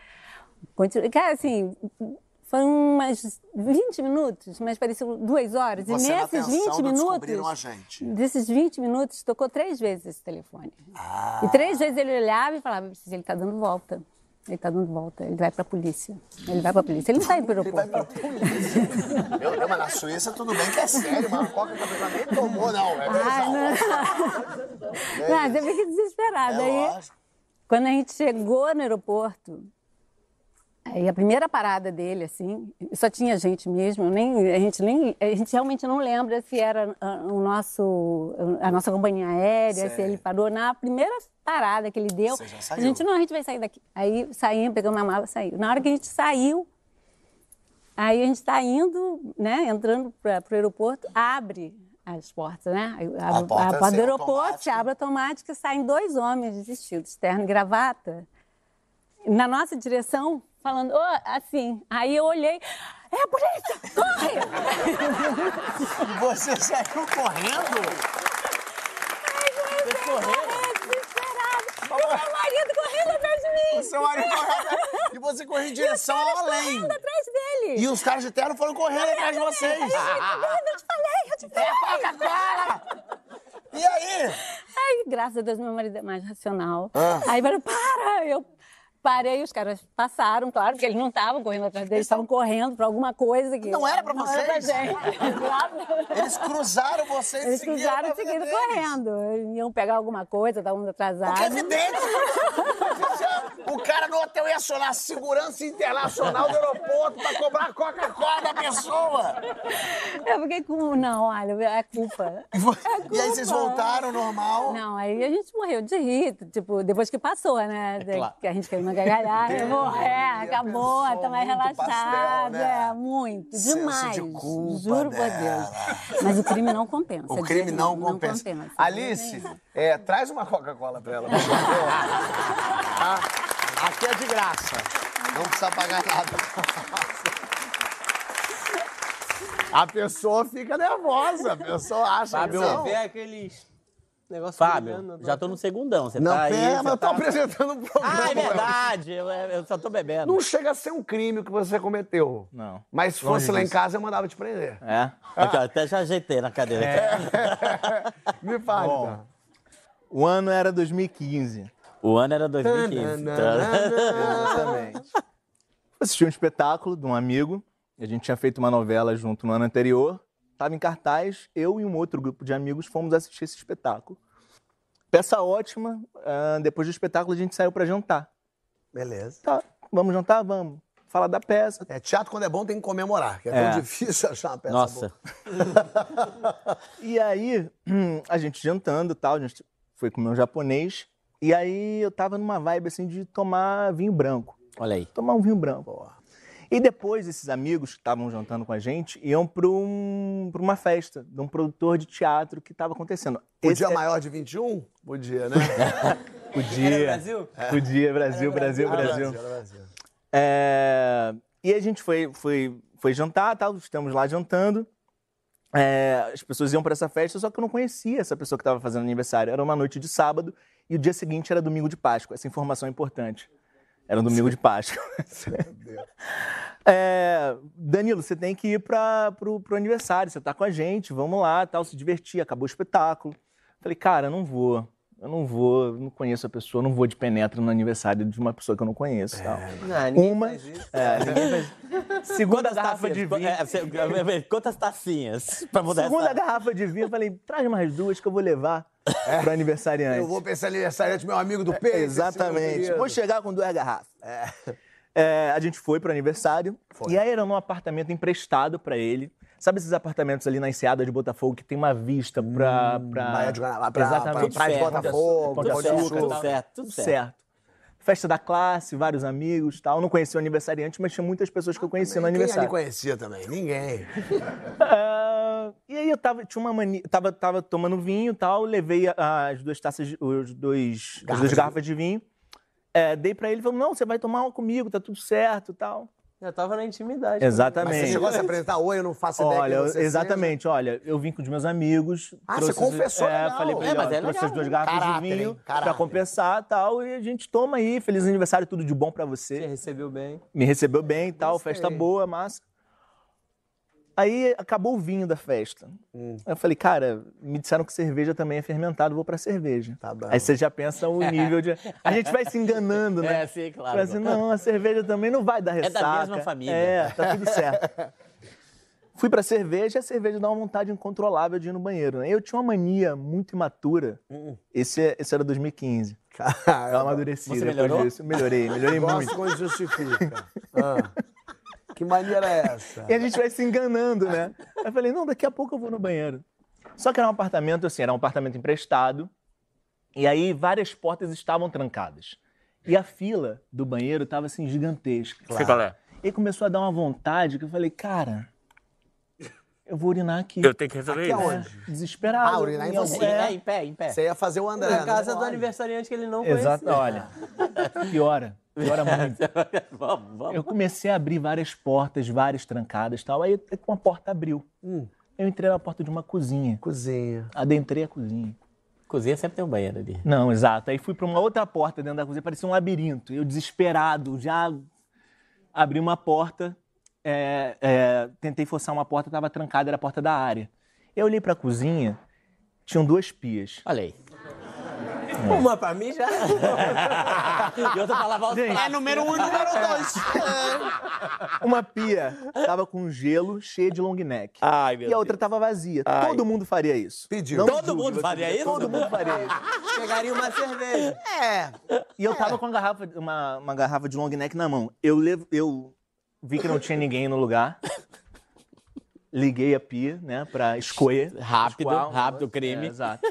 S7: continua- Cara, assim... Foram umas 20 minutos, mas pareciam duas horas.
S1: Você
S7: e
S1: na
S7: nesses
S1: atenção,
S7: 20
S1: não
S7: minutos.
S1: descobriram a gente.
S7: Desses 20 minutos, tocou três vezes esse telefone. E três vezes ele olhava e falava: "Precisa, ele está dando volta. Ele está dando volta, ele vai para a polícia. Ele vai para a polícia. Ele não está indo para o aeroporto.
S1: Eu, não, mas na Suíça tudo bem que é sério, mas a Coca também nem tomou, não. É
S7: Ah,
S1: pesado.
S7: não. não, Ah, você fica
S1: É
S7: desesperado. aí,
S1: lógico.
S7: Quando a gente chegou no aeroporto, aí a primeira parada dele, assim, só tinha gente mesmo, nem, a, gente nem, a gente realmente não lembra se era ah, o nosso, a nossa companhia aérea, se
S1: Sei.
S7: ele parou na primeira parada que ele deu.
S1: Você já
S7: A
S1: saiu.
S7: gente, não, a gente vai sair daqui. Aí saímos, pegamos a mala, saiu. Na hora que a gente saiu, Aí a gente está indo, né, entrando para o aeroporto, abre as portas, né? Aí Abre,
S1: A porta é
S7: do
S1: sem
S7: aeroporto, se
S1: automática.
S7: abre automática, saem dois homens vestidos, terno e gravata, na nossa direção, falando, "Ô", assim. Aí eu olhei, é a polícia, corre!
S1: E você saiu correndo?
S7: é Desesperado. O meu marido correndo atrás de mim.
S1: O seu marido correndo. E você correu em direção ao além.
S7: Correndo atrás dele.
S1: E os caras de terno foram correndo atrás de vocês. é
S7: Eu te falei, eu te falei.
S1: E aí?
S7: Ai, graças a Deus, meu marido é mais racional.
S1: Ah.
S7: Aí falaram, para! Eu parei, os caras passaram, claro, porque eles não estavam correndo atrás deles, estavam correndo pra alguma coisa que.
S1: Não era pra
S7: não
S1: vocês?
S7: Era pra gente. Claro.
S1: Eles cruzaram vocês e
S7: Eles
S1: seguiram
S7: cruzaram
S1: pra
S7: seguindo
S1: vida deles.
S7: correndo. Eles iam pegar alguma coisa, estavam
S1: Porque é
S7: atrasados.
S1: evidente. O cara no hotel ia acionar a segurança internacional do aeroporto pra cobrar a Coca-Cola da pessoa.
S7: É Eu fiquei com. Não, olha, é culpa.
S1: E aí vocês voltaram normal.
S7: Não, aí a gente morreu de rir, tipo, depois que passou,
S1: É
S7: né? Que a gente caiu na gargalhada, morreu, é, acabou,
S1: pensou
S7: tá mais
S1: muito pastel,
S7: relaxado,
S1: né?
S7: é, muito,
S1: Senso
S7: demais.
S1: de culpa
S7: juro por
S1: dela.
S7: Deus. Mas o crime não compensa.
S1: O crime
S7: Diego,
S1: não, compensa. Alice, é, traz uma Coca-Cola pra ela, por favor. tá? Aqui é de graça. Não precisa pagar nada. A pessoa fica nervosa, a pessoa acha
S2: Fábio,
S1: que não.
S5: Vê aqueles negócios
S2: Fábio,
S5: brilhando,
S2: já tô no segundão. Você
S1: Não,
S2: tá aí.
S1: pera,
S2: você
S1: eu tô
S2: tá-
S1: apresentando um programa.
S2: Ah, é verdade. Eu, eu só tô bebendo.
S1: Não chega a ser um crime que você cometeu.
S4: Não.
S1: Mas se
S4: Longe
S1: fosse lá em
S4: disso.
S1: casa, eu mandava te prender.
S2: É? Aqui, ó, até já ajeitei na cadeira.
S1: É.
S2: aqui.
S1: Me fale,
S4: Bom.
S1: cara.
S4: O ano era 2015.
S2: O ano era 2015.
S4: Exatamente. Eu assisti um espetáculo de um amigo. A gente tinha feito uma novela junto no ano anterior. Tava em cartaz, eu e um outro grupo de amigos fomos assistir esse espetáculo. Peça ótima. ah, depois do espetáculo, a gente saiu pra jantar.
S1: Beleza.
S4: Tá, vamos jantar? Vamos. Falar da peça.
S1: É, teatro, quando é bom, tem que comemorar, que é,
S4: É.
S1: tão difícil achar uma peça
S2: Nossa,
S1: boa.
S4: E aí, a gente jantando e tal, a gente foi comer um japonês. E aí eu tava numa vibe assim de tomar vinho branco.
S2: olha aí.
S4: Tomar um vinho branco. E depois esses amigos que estavam jantando com a gente iam para um, pra uma festa de um produtor de teatro que estava acontecendo.
S1: Podia
S4: Esse- é-
S1: maior de 21? Podia, né?
S4: Podia. Brasil? Podia, Brasil, Brasil, Brasil.
S1: Era Ah, Brasil.
S4: É, E a gente foi, foi, foi jantar, tal, estamos lá jantando. É, as pessoas iam para essa festa, só que eu não conhecia essa pessoa que estava fazendo aniversário. Era uma noite de sábado e o dia seguinte era domingo de Páscoa. Essa informação é importante. Era um domingo de Páscoa. É, Danilo, você tem que ir para pro, pro aniversário, você tá com a gente, vamos lá, tal, se divertir, acabou o espetáculo. Falei, cara, eu não vou. Eu não vou, eu não conheço a pessoa, eu não vou de penetra no aniversário de uma pessoa que eu não conheço, tal.
S5: Não, ninguém
S4: Uma,
S5: faz isso.
S4: é, ninguém faz Segunda
S2: Quantas
S4: garrafa de
S2: tacinhas?
S4: vinho.
S2: É, você- Quantas tacinhas? Pra mudar
S4: Segunda
S2: essa...
S4: garrafa de vinho, eu falei, traz mais duas que eu vou levar pro aniversariante.
S1: É. Eu vou pensar aniversariante, meu amigo do peito.
S4: Exatamente. Vou chegar com duas garrafas. É, a gente foi pro aniversário. E aí era num apartamento emprestado pra ele. Sabe esses apartamentos ali na Enseada de Botafogo que tem uma vista pra. pra...
S1: Hum, Baía de Guanabara, pra-
S4: Exatamente.
S1: pra Praia de
S2: Tudo certo,
S1: Botafogo,
S2: tudo
S4: Pão de
S2: certo,
S4: Açúcar.
S2: Tudo certo, tudo certo.
S4: Festa da classe, vários amigos tal. Não conhecia o aniversariante, mas tinha muitas pessoas que eu conhecia no
S1: Ninguém ali
S4: aniversário.
S1: conhecia também, ninguém.
S4: Ah, e aí eu tava, tinha uma mania, tava, tava tomando vinho e tal, levei a- as duas taças, de- os dois, as duas
S1: de
S4: garrafas de vinho. É, dei pra ele, ele falou, não, você vai tomar uma comigo, tá tudo certo e tal.
S5: Já tava na intimidade.
S1: Mas
S4: Exatamente.
S1: você chegou a se apresentar, oi, eu não faço ideia
S4: Olha,
S1: quem você
S4: eu-
S1: seja.
S4: exatamente, olha, eu vim com os meus amigos.
S1: Ah,
S4: trouxe
S1: você confessou,
S4: É,
S1: legal.
S4: falei pra
S2: É,
S4: ele,
S2: mas
S4: ó,
S2: é
S4: trouxe
S2: legal,
S4: as duas
S1: hein?
S4: garrafas
S1: Caráter,
S4: de vinho
S1: hein? Caráter.
S4: pra compensar e tal, e a gente toma aí, feliz aniversário, tudo de bom pra
S5: Você
S4: você.
S5: né? recebeu bem.
S4: Me recebeu bem e tal,
S1: Gostei.
S4: festa boa, massa. Aí acabou o vinho da festa.
S2: Hum.
S4: Eu falei, cara, me disseram que cerveja também é fermentado, vou pra cerveja.
S1: Tá bom.
S4: Aí você já pensa o nível de. A gente vai se enganando, né?
S2: É, sim, claro.
S4: Falei assim, não, a cerveja também não vai dar
S2: da
S4: ressaca.
S2: mesma família.
S4: É, tá tudo certo. Fui pra cerveja e a cerveja dá uma vontade incontrolável de ir no banheiro, né? Eu tinha uma mania muito imatura.
S2: Hum.
S4: Esse, é- esse era 2015. Eu
S1: Caramba.
S4: amadureci
S2: Tá Você
S4: depois
S2: melhorou?
S4: disso. Melhorei, melhorei muito.
S1: Gosto quando justifica. Ah. Que maneira é essa?
S4: E a gente vai se enganando, né? Eu falei, não, daqui a pouco eu vou no banheiro. Só que era um apartamento, assim, era um apartamento emprestado. E aí várias portas estavam trancadas. E a fila do banheiro estava, assim, gigantesca.
S2: "É."
S4: E começou a dar uma vontade que eu falei, cara, eu vou urinar aqui.
S2: tenho que resolver
S1: Aqui aonde?
S4: Desesperado.
S1: Ah, urinar em
S4: algum-
S1: você.
S4: É.
S2: É, em pé, em pé.
S1: Você ia fazer o André. né?
S5: Na casa
S1: não
S5: do
S1: pode.
S5: aniversariante que ele não conhecia.
S4: Exato, olha. Piora. Piora É, muito.
S2: vamos, vamos.
S4: Eu comecei a abrir várias portas, várias trancadas e tal. Aí uma porta abriu.
S2: Hum.
S4: Eu entrei na porta de uma cozinha.
S1: Cozinha.
S4: Adentrei a cozinha.
S2: Cozinha sempre tem um banheiro ali.
S4: Não, exato. Aí fui pra uma outra porta dentro da cozinha, parecia um labirinto. Eu desesperado, já abri uma porta, é, é, tentei forçar uma porta, estava trancada, era a porta da área. Eu olhei pra cozinha, tinham duas pias.
S2: Olha aí.
S5: Uma pra mim já.
S2: e outra falava os
S4: Gente.
S2: pratos. É.
S3: Número um e número dois.
S4: Uma pia tava com gelo cheio de long neck.
S2: Ai, Ah, meu
S4: e a outra tava vazia. Todo mundo faria isso.
S1: Pediu.
S4: Não
S2: Todo
S4: julgo
S2: mundo
S4: você,
S2: faria isso?
S4: Todo mundo faria isso.
S5: Pegaria uma cerveja.
S4: E eu tava com uma garrafa, uma, uma garrafa de long neck na mão. Eu, levo, eu vi que não tinha ninguém no lugar. Liguei a pia, né, pra escolher.
S2: Rápido,
S4: Escoar um
S2: rápido o
S4: negócio.
S2: crime.
S4: É, exato.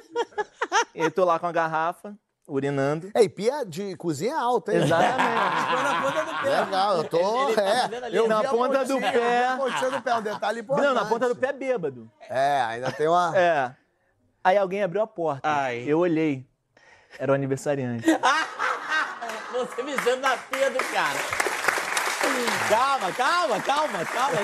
S4: E eu tô lá com a garrafa, urinando.
S1: Ei, pia de cozinha é alta, hein? É
S4: Exatamente.
S5: Ficou na ponta do pé.
S1: Legal, eu tô.
S2: Ele tá
S1: é,
S2: fazendo ali.
S1: eu
S4: Na
S1: vi a
S4: ponta do
S2: é.
S1: pontinha,
S4: pé.
S1: a Pontinha do pé, um detalhe importante.
S4: É. Não, na ponta do pé bêbado.
S1: É, ainda tem uma.
S4: É. Aí alguém abriu a porta.
S2: Ai.
S4: Eu olhei. Era o aniversariante.
S2: Você mijando na pia do cara. Calma, calma, calma, calma.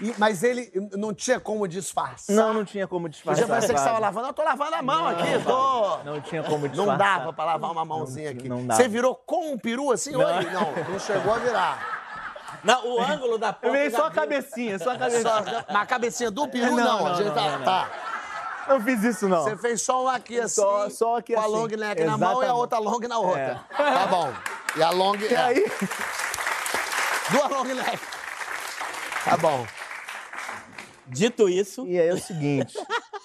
S1: E- mas ele não tinha como disfarçar.
S4: Não, não tinha como
S1: Podia
S4: disfarçar.
S1: parecer que você
S4: claro.
S1: estava lavando. Eu tô lavando a mão aqui, tô.
S4: Não tinha como disfarçar.
S1: Não dava pra lavar uma mãozinha aqui.
S4: não dava.
S1: Você virou com um peru assim? Oi? Não, não chegou a virar.
S2: Não, o ângulo da porta.
S4: Eu virei só
S2: já
S4: a
S2: viu.
S4: cabecinha, só a
S1: Só,
S4: cabecinha.
S1: na cabecinha do peru, não.
S4: Não, não,
S1: a gente
S4: não,
S1: tá,
S4: não, não.
S1: tá.
S4: Não fiz isso, não.
S1: Você fez só um aqui assim.
S4: Só- só aqui
S1: com a
S4: assim.
S1: long neck na mão e a
S4: Exatamente. É.
S1: outra long na outra. Tá bom. E a long.
S4: E
S1: é,
S4: aí,
S1: Duas long neck. Tá bom.
S2: Dito isso,
S4: e aí é o seguinte,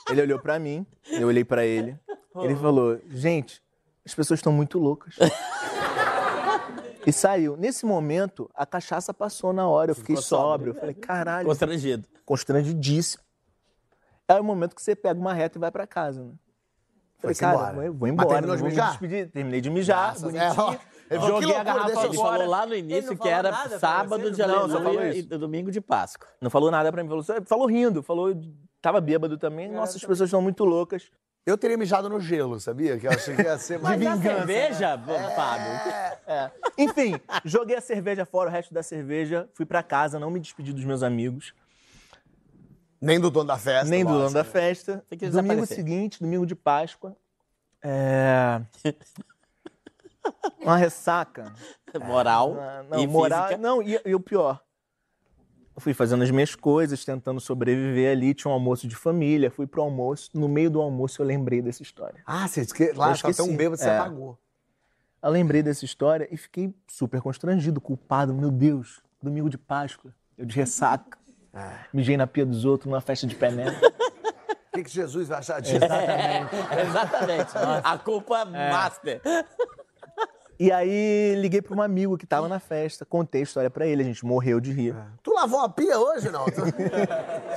S4: ele olhou pra mim, eu olhei pra ele, ele
S1: Uhum.
S4: falou, gente, as pessoas estão muito loucas. E saiu. Nesse momento, a cachaça passou na hora, eu fiquei sóbrio. Eu falei, caralho,
S2: constrangido.
S4: constrangidíssimo. É o momento que você pega uma reta e vai pra casa, né?
S1: Foi
S4: Falei,
S1: se
S4: cara,
S1: embora.
S4: vou- vou
S1: Mas
S4: embora.
S1: terminou
S4: não
S1: de
S4: vou me
S1: mijar?
S4: despedir. Terminei de mijar,
S1: Graças-
S4: Tá bonitinho.
S1: É, ó. Ele falou, que
S2: Joguei a
S1: loucura,
S2: garrafa
S1: deixa eu
S2: Ele
S1: fora.
S2: falou lá no
S5: Ele
S2: início
S5: não
S2: que
S5: falou
S2: era
S5: nada pra você
S2: sábado
S5: no
S2: de
S5: primeiro
S4: dia?
S2: aleluia
S4: Isso.
S2: e domingo de Páscoa.
S4: Não falou nada pra mim, falou, só- falou rindo, falou, tava bêbado também. Nossa, as pessoas estão muito loucas.
S1: Eu teria mijado no gelo, sabia? Que eu achei que ia ser mais.
S2: Mas a cerveja, Fábio,
S4: Enfim, joguei a cerveja fora, o resto da cerveja, fui pra casa, não me despedi dos meus amigos,
S1: Nem do dono da festa.
S4: nem do dono
S1: lógico.
S4: da festa.
S2: né? Tem que
S4: Domingo
S2: desaparecer.
S4: seguinte, domingo de Páscoa, é... uma ressaca.
S2: moral
S4: Uma- Ah, Não,
S2: e
S4: moral,
S2: Ah,
S4: é-
S2: física.
S4: não, e, e o pior. Eu fui fazendo as minhas coisas, tentando sobreviver ali, tinha um almoço de família, fui pro almoço, no meio do almoço eu lembrei dessa história.
S1: Ah, você esque... lá
S4: Eu
S1: você tá tão
S4: esqueci.
S1: bêbado que você
S4: É.
S1: apagou.
S4: Eu lembrei dessa história e fiquei super constrangido, culpado. Meu Deus, domingo de Páscoa, eu de ressaca.
S2: Ah.
S4: Mijei na pia dos outros numa festa de pené.
S1: O que, que Jesus vai achar disso?
S2: É, exatamente. A culpa é master.
S4: e aí liguei pra um amigo que tava na festa, contei a história pra ele, a gente morreu de rir.
S2: Ah.
S1: Tu lavou a pia hoje, não? Tu...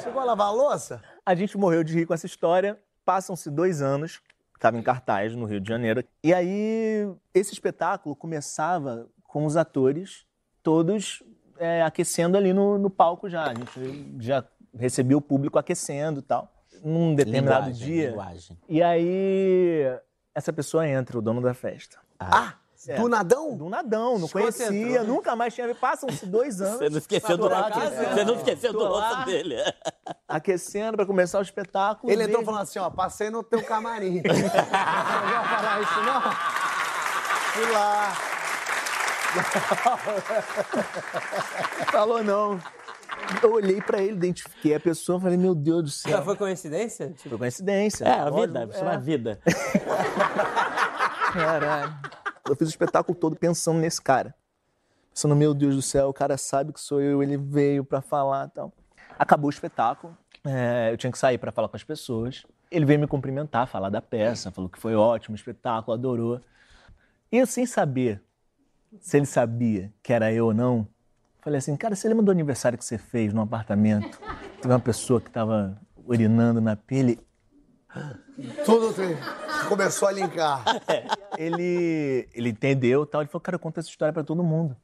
S1: Chegou a lavar a louça?
S4: A gente morreu de rir com essa história. Passam-se dois anos, estava em cartaz no Rio de Janeiro. E aí, esse espetáculo começava com os atores todos é, aquecendo ali no, no palco já. A gente já recebia o público aquecendo e tal. Num determinado
S2: Linguagem,
S4: dia.
S2: linguagem.
S4: E aí, essa pessoa entra, o dono da festa.
S1: Ah,
S4: certo.
S1: do nadão?
S4: Do nadão, não conhecia, nunca mais tinha. Passam-se dois anos.
S2: Você não esqueceu do
S4: Tô lá,
S2: rosto.
S4: aquecendo.
S2: Você não esqueceu do
S4: Tô lá,
S2: rosto dele.
S4: Aquecendo pra começar o
S5: Um
S4: espetáculo.
S1: Ele entrou
S4: vejo-
S1: falando assim, ó, passei no teu camarim. Você não ia falar isso, não? Fui lá.
S4: Falou não. Eu olhei pra ele, identifiquei a pessoa, falei, meu Deus do
S5: Já
S4: céu.
S5: foi coincidência? Tipo,
S4: Foi coincidência.
S2: É, a
S4: Lógico,
S2: vida. Isso é uma vida.
S4: Caralho. Eu fiz o espetáculo todo pensando nesse cara. Pensando, meu Deus do céu, o cara sabe que sou eu, ele veio pra falar e tal. Acabou o espetáculo, é, eu tinha que sair pra falar com as pessoas. Ele veio me cumprimentar, falar da peça, falou que foi ótimo, o espetáculo, adorou. E eu sem saber se ele sabia que era eu ou não, falei assim, cara, você lembra do aniversário que você fez no apartamento? Teve uma pessoa que tava urinando na pele.
S1: Tudo tem- começou a linkar.
S4: ele, ele entendeu e tal. Ele falou, cara, conta essa história pra todo mundo.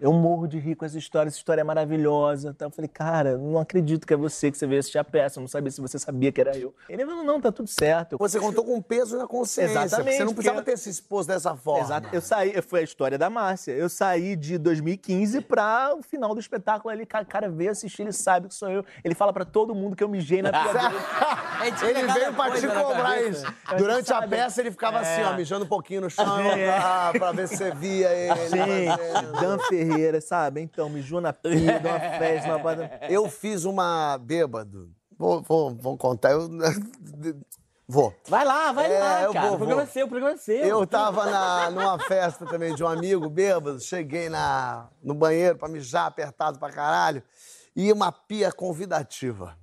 S4: Eu morro de rir com essa história, essa história é maravilhosa. Tal. Eu falei, cara, não acredito que é você que você veio assistir a peça, eu não sabia se você sabia que era eu. Ele falou, não, tá tudo certo. Eu,
S1: Você contou com peso na consciência.
S4: Exatamente,
S1: porque Você não precisava
S4: porque-
S1: ter se exposto dessa forma.
S4: Exato. Eu saí, eu- foi a história da Márcia. Eu saí de 2015 pra o final do espetáculo. Ele, cara, cara veio assistir, ele sabe que sou eu. Ele fala pra todo mundo que eu mijei na pia dele.
S1: Ele veio pra te cobrar isso. Durante a
S4: sabe.
S1: peça, ele ficava assim, ó, mijando um pouquinho no chão,
S4: É.
S1: ah, pra ver se você via ele. né, fazendo.
S4: Gente, Dan Ferreira, sabe? Então, mijou na pia, deu uma festa, uma parada.
S1: Eu fiz uma bêbado. Vou, vou, vou contar. Eu... Vou.
S2: Vai lá, vai
S1: É,
S2: lá,
S1: eu
S2: cara.
S1: vou,
S2: o programa
S1: vou.
S2: é seu, o programa é seu.
S1: Eu tava na, numa festa também de um amigo bêbado, cheguei na, no banheiro pra mijar, apertado pra caralho, e uma pia convidativa.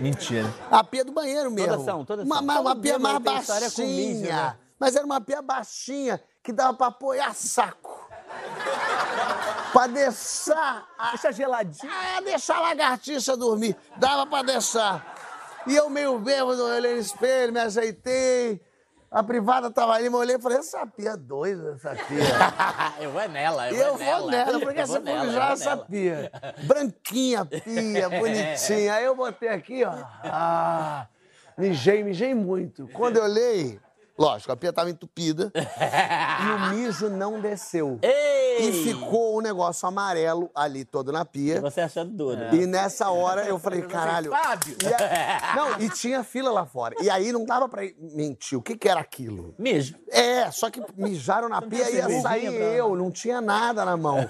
S4: Mentira.
S1: A pia do banheiro mesmo.
S2: são, todas
S1: uma,
S2: são.
S1: uma- uma
S2: Todo
S1: pia
S2: bêbado
S1: mais
S2: tem história com
S1: baixinha.
S2: mídia, né?
S1: Mas era uma pia baixinha que dava pra apoiar saco. pra deixar a,
S4: Deixa geladinho.
S1: Ah, deixar a lagartixa dormir. Dava pra deixar. E eu meio bêbado, eu olhei no espelho, me ajeitei. A privada tava ali, me olhei e falei, essa pia é doida, essa pia.
S2: Ah, eu vou nela, eu,
S1: Eu vou nela, porque
S2: é Eu é
S1: essa
S2: vou nela,
S1: foi
S2: eu
S1: já é
S2: vou
S1: essa
S2: nela.
S1: pia. Branquinha a pia, bonitinha. Aí eu botei aqui, ó. Ah, mijei, mijei muito. Quando eu olhei, lógico, a pia tava entupida e o mijo não desceu.
S2: Ei!
S1: E
S2: Ei!
S1: ficou um negócio amarelo ali todo na pia.
S2: Você achando duro. né?
S1: E nessa hora eu falei, caralho.
S4: Fábio!
S1: E a- Não, e tinha fila lá fora. E aí não dava pra mentir. O que, que era aquilo?
S2: Mijo.
S1: É, só que mijaram na pia e ia
S4: cervejinha
S1: sair
S4: pra-
S1: eu, não tinha nada na mão.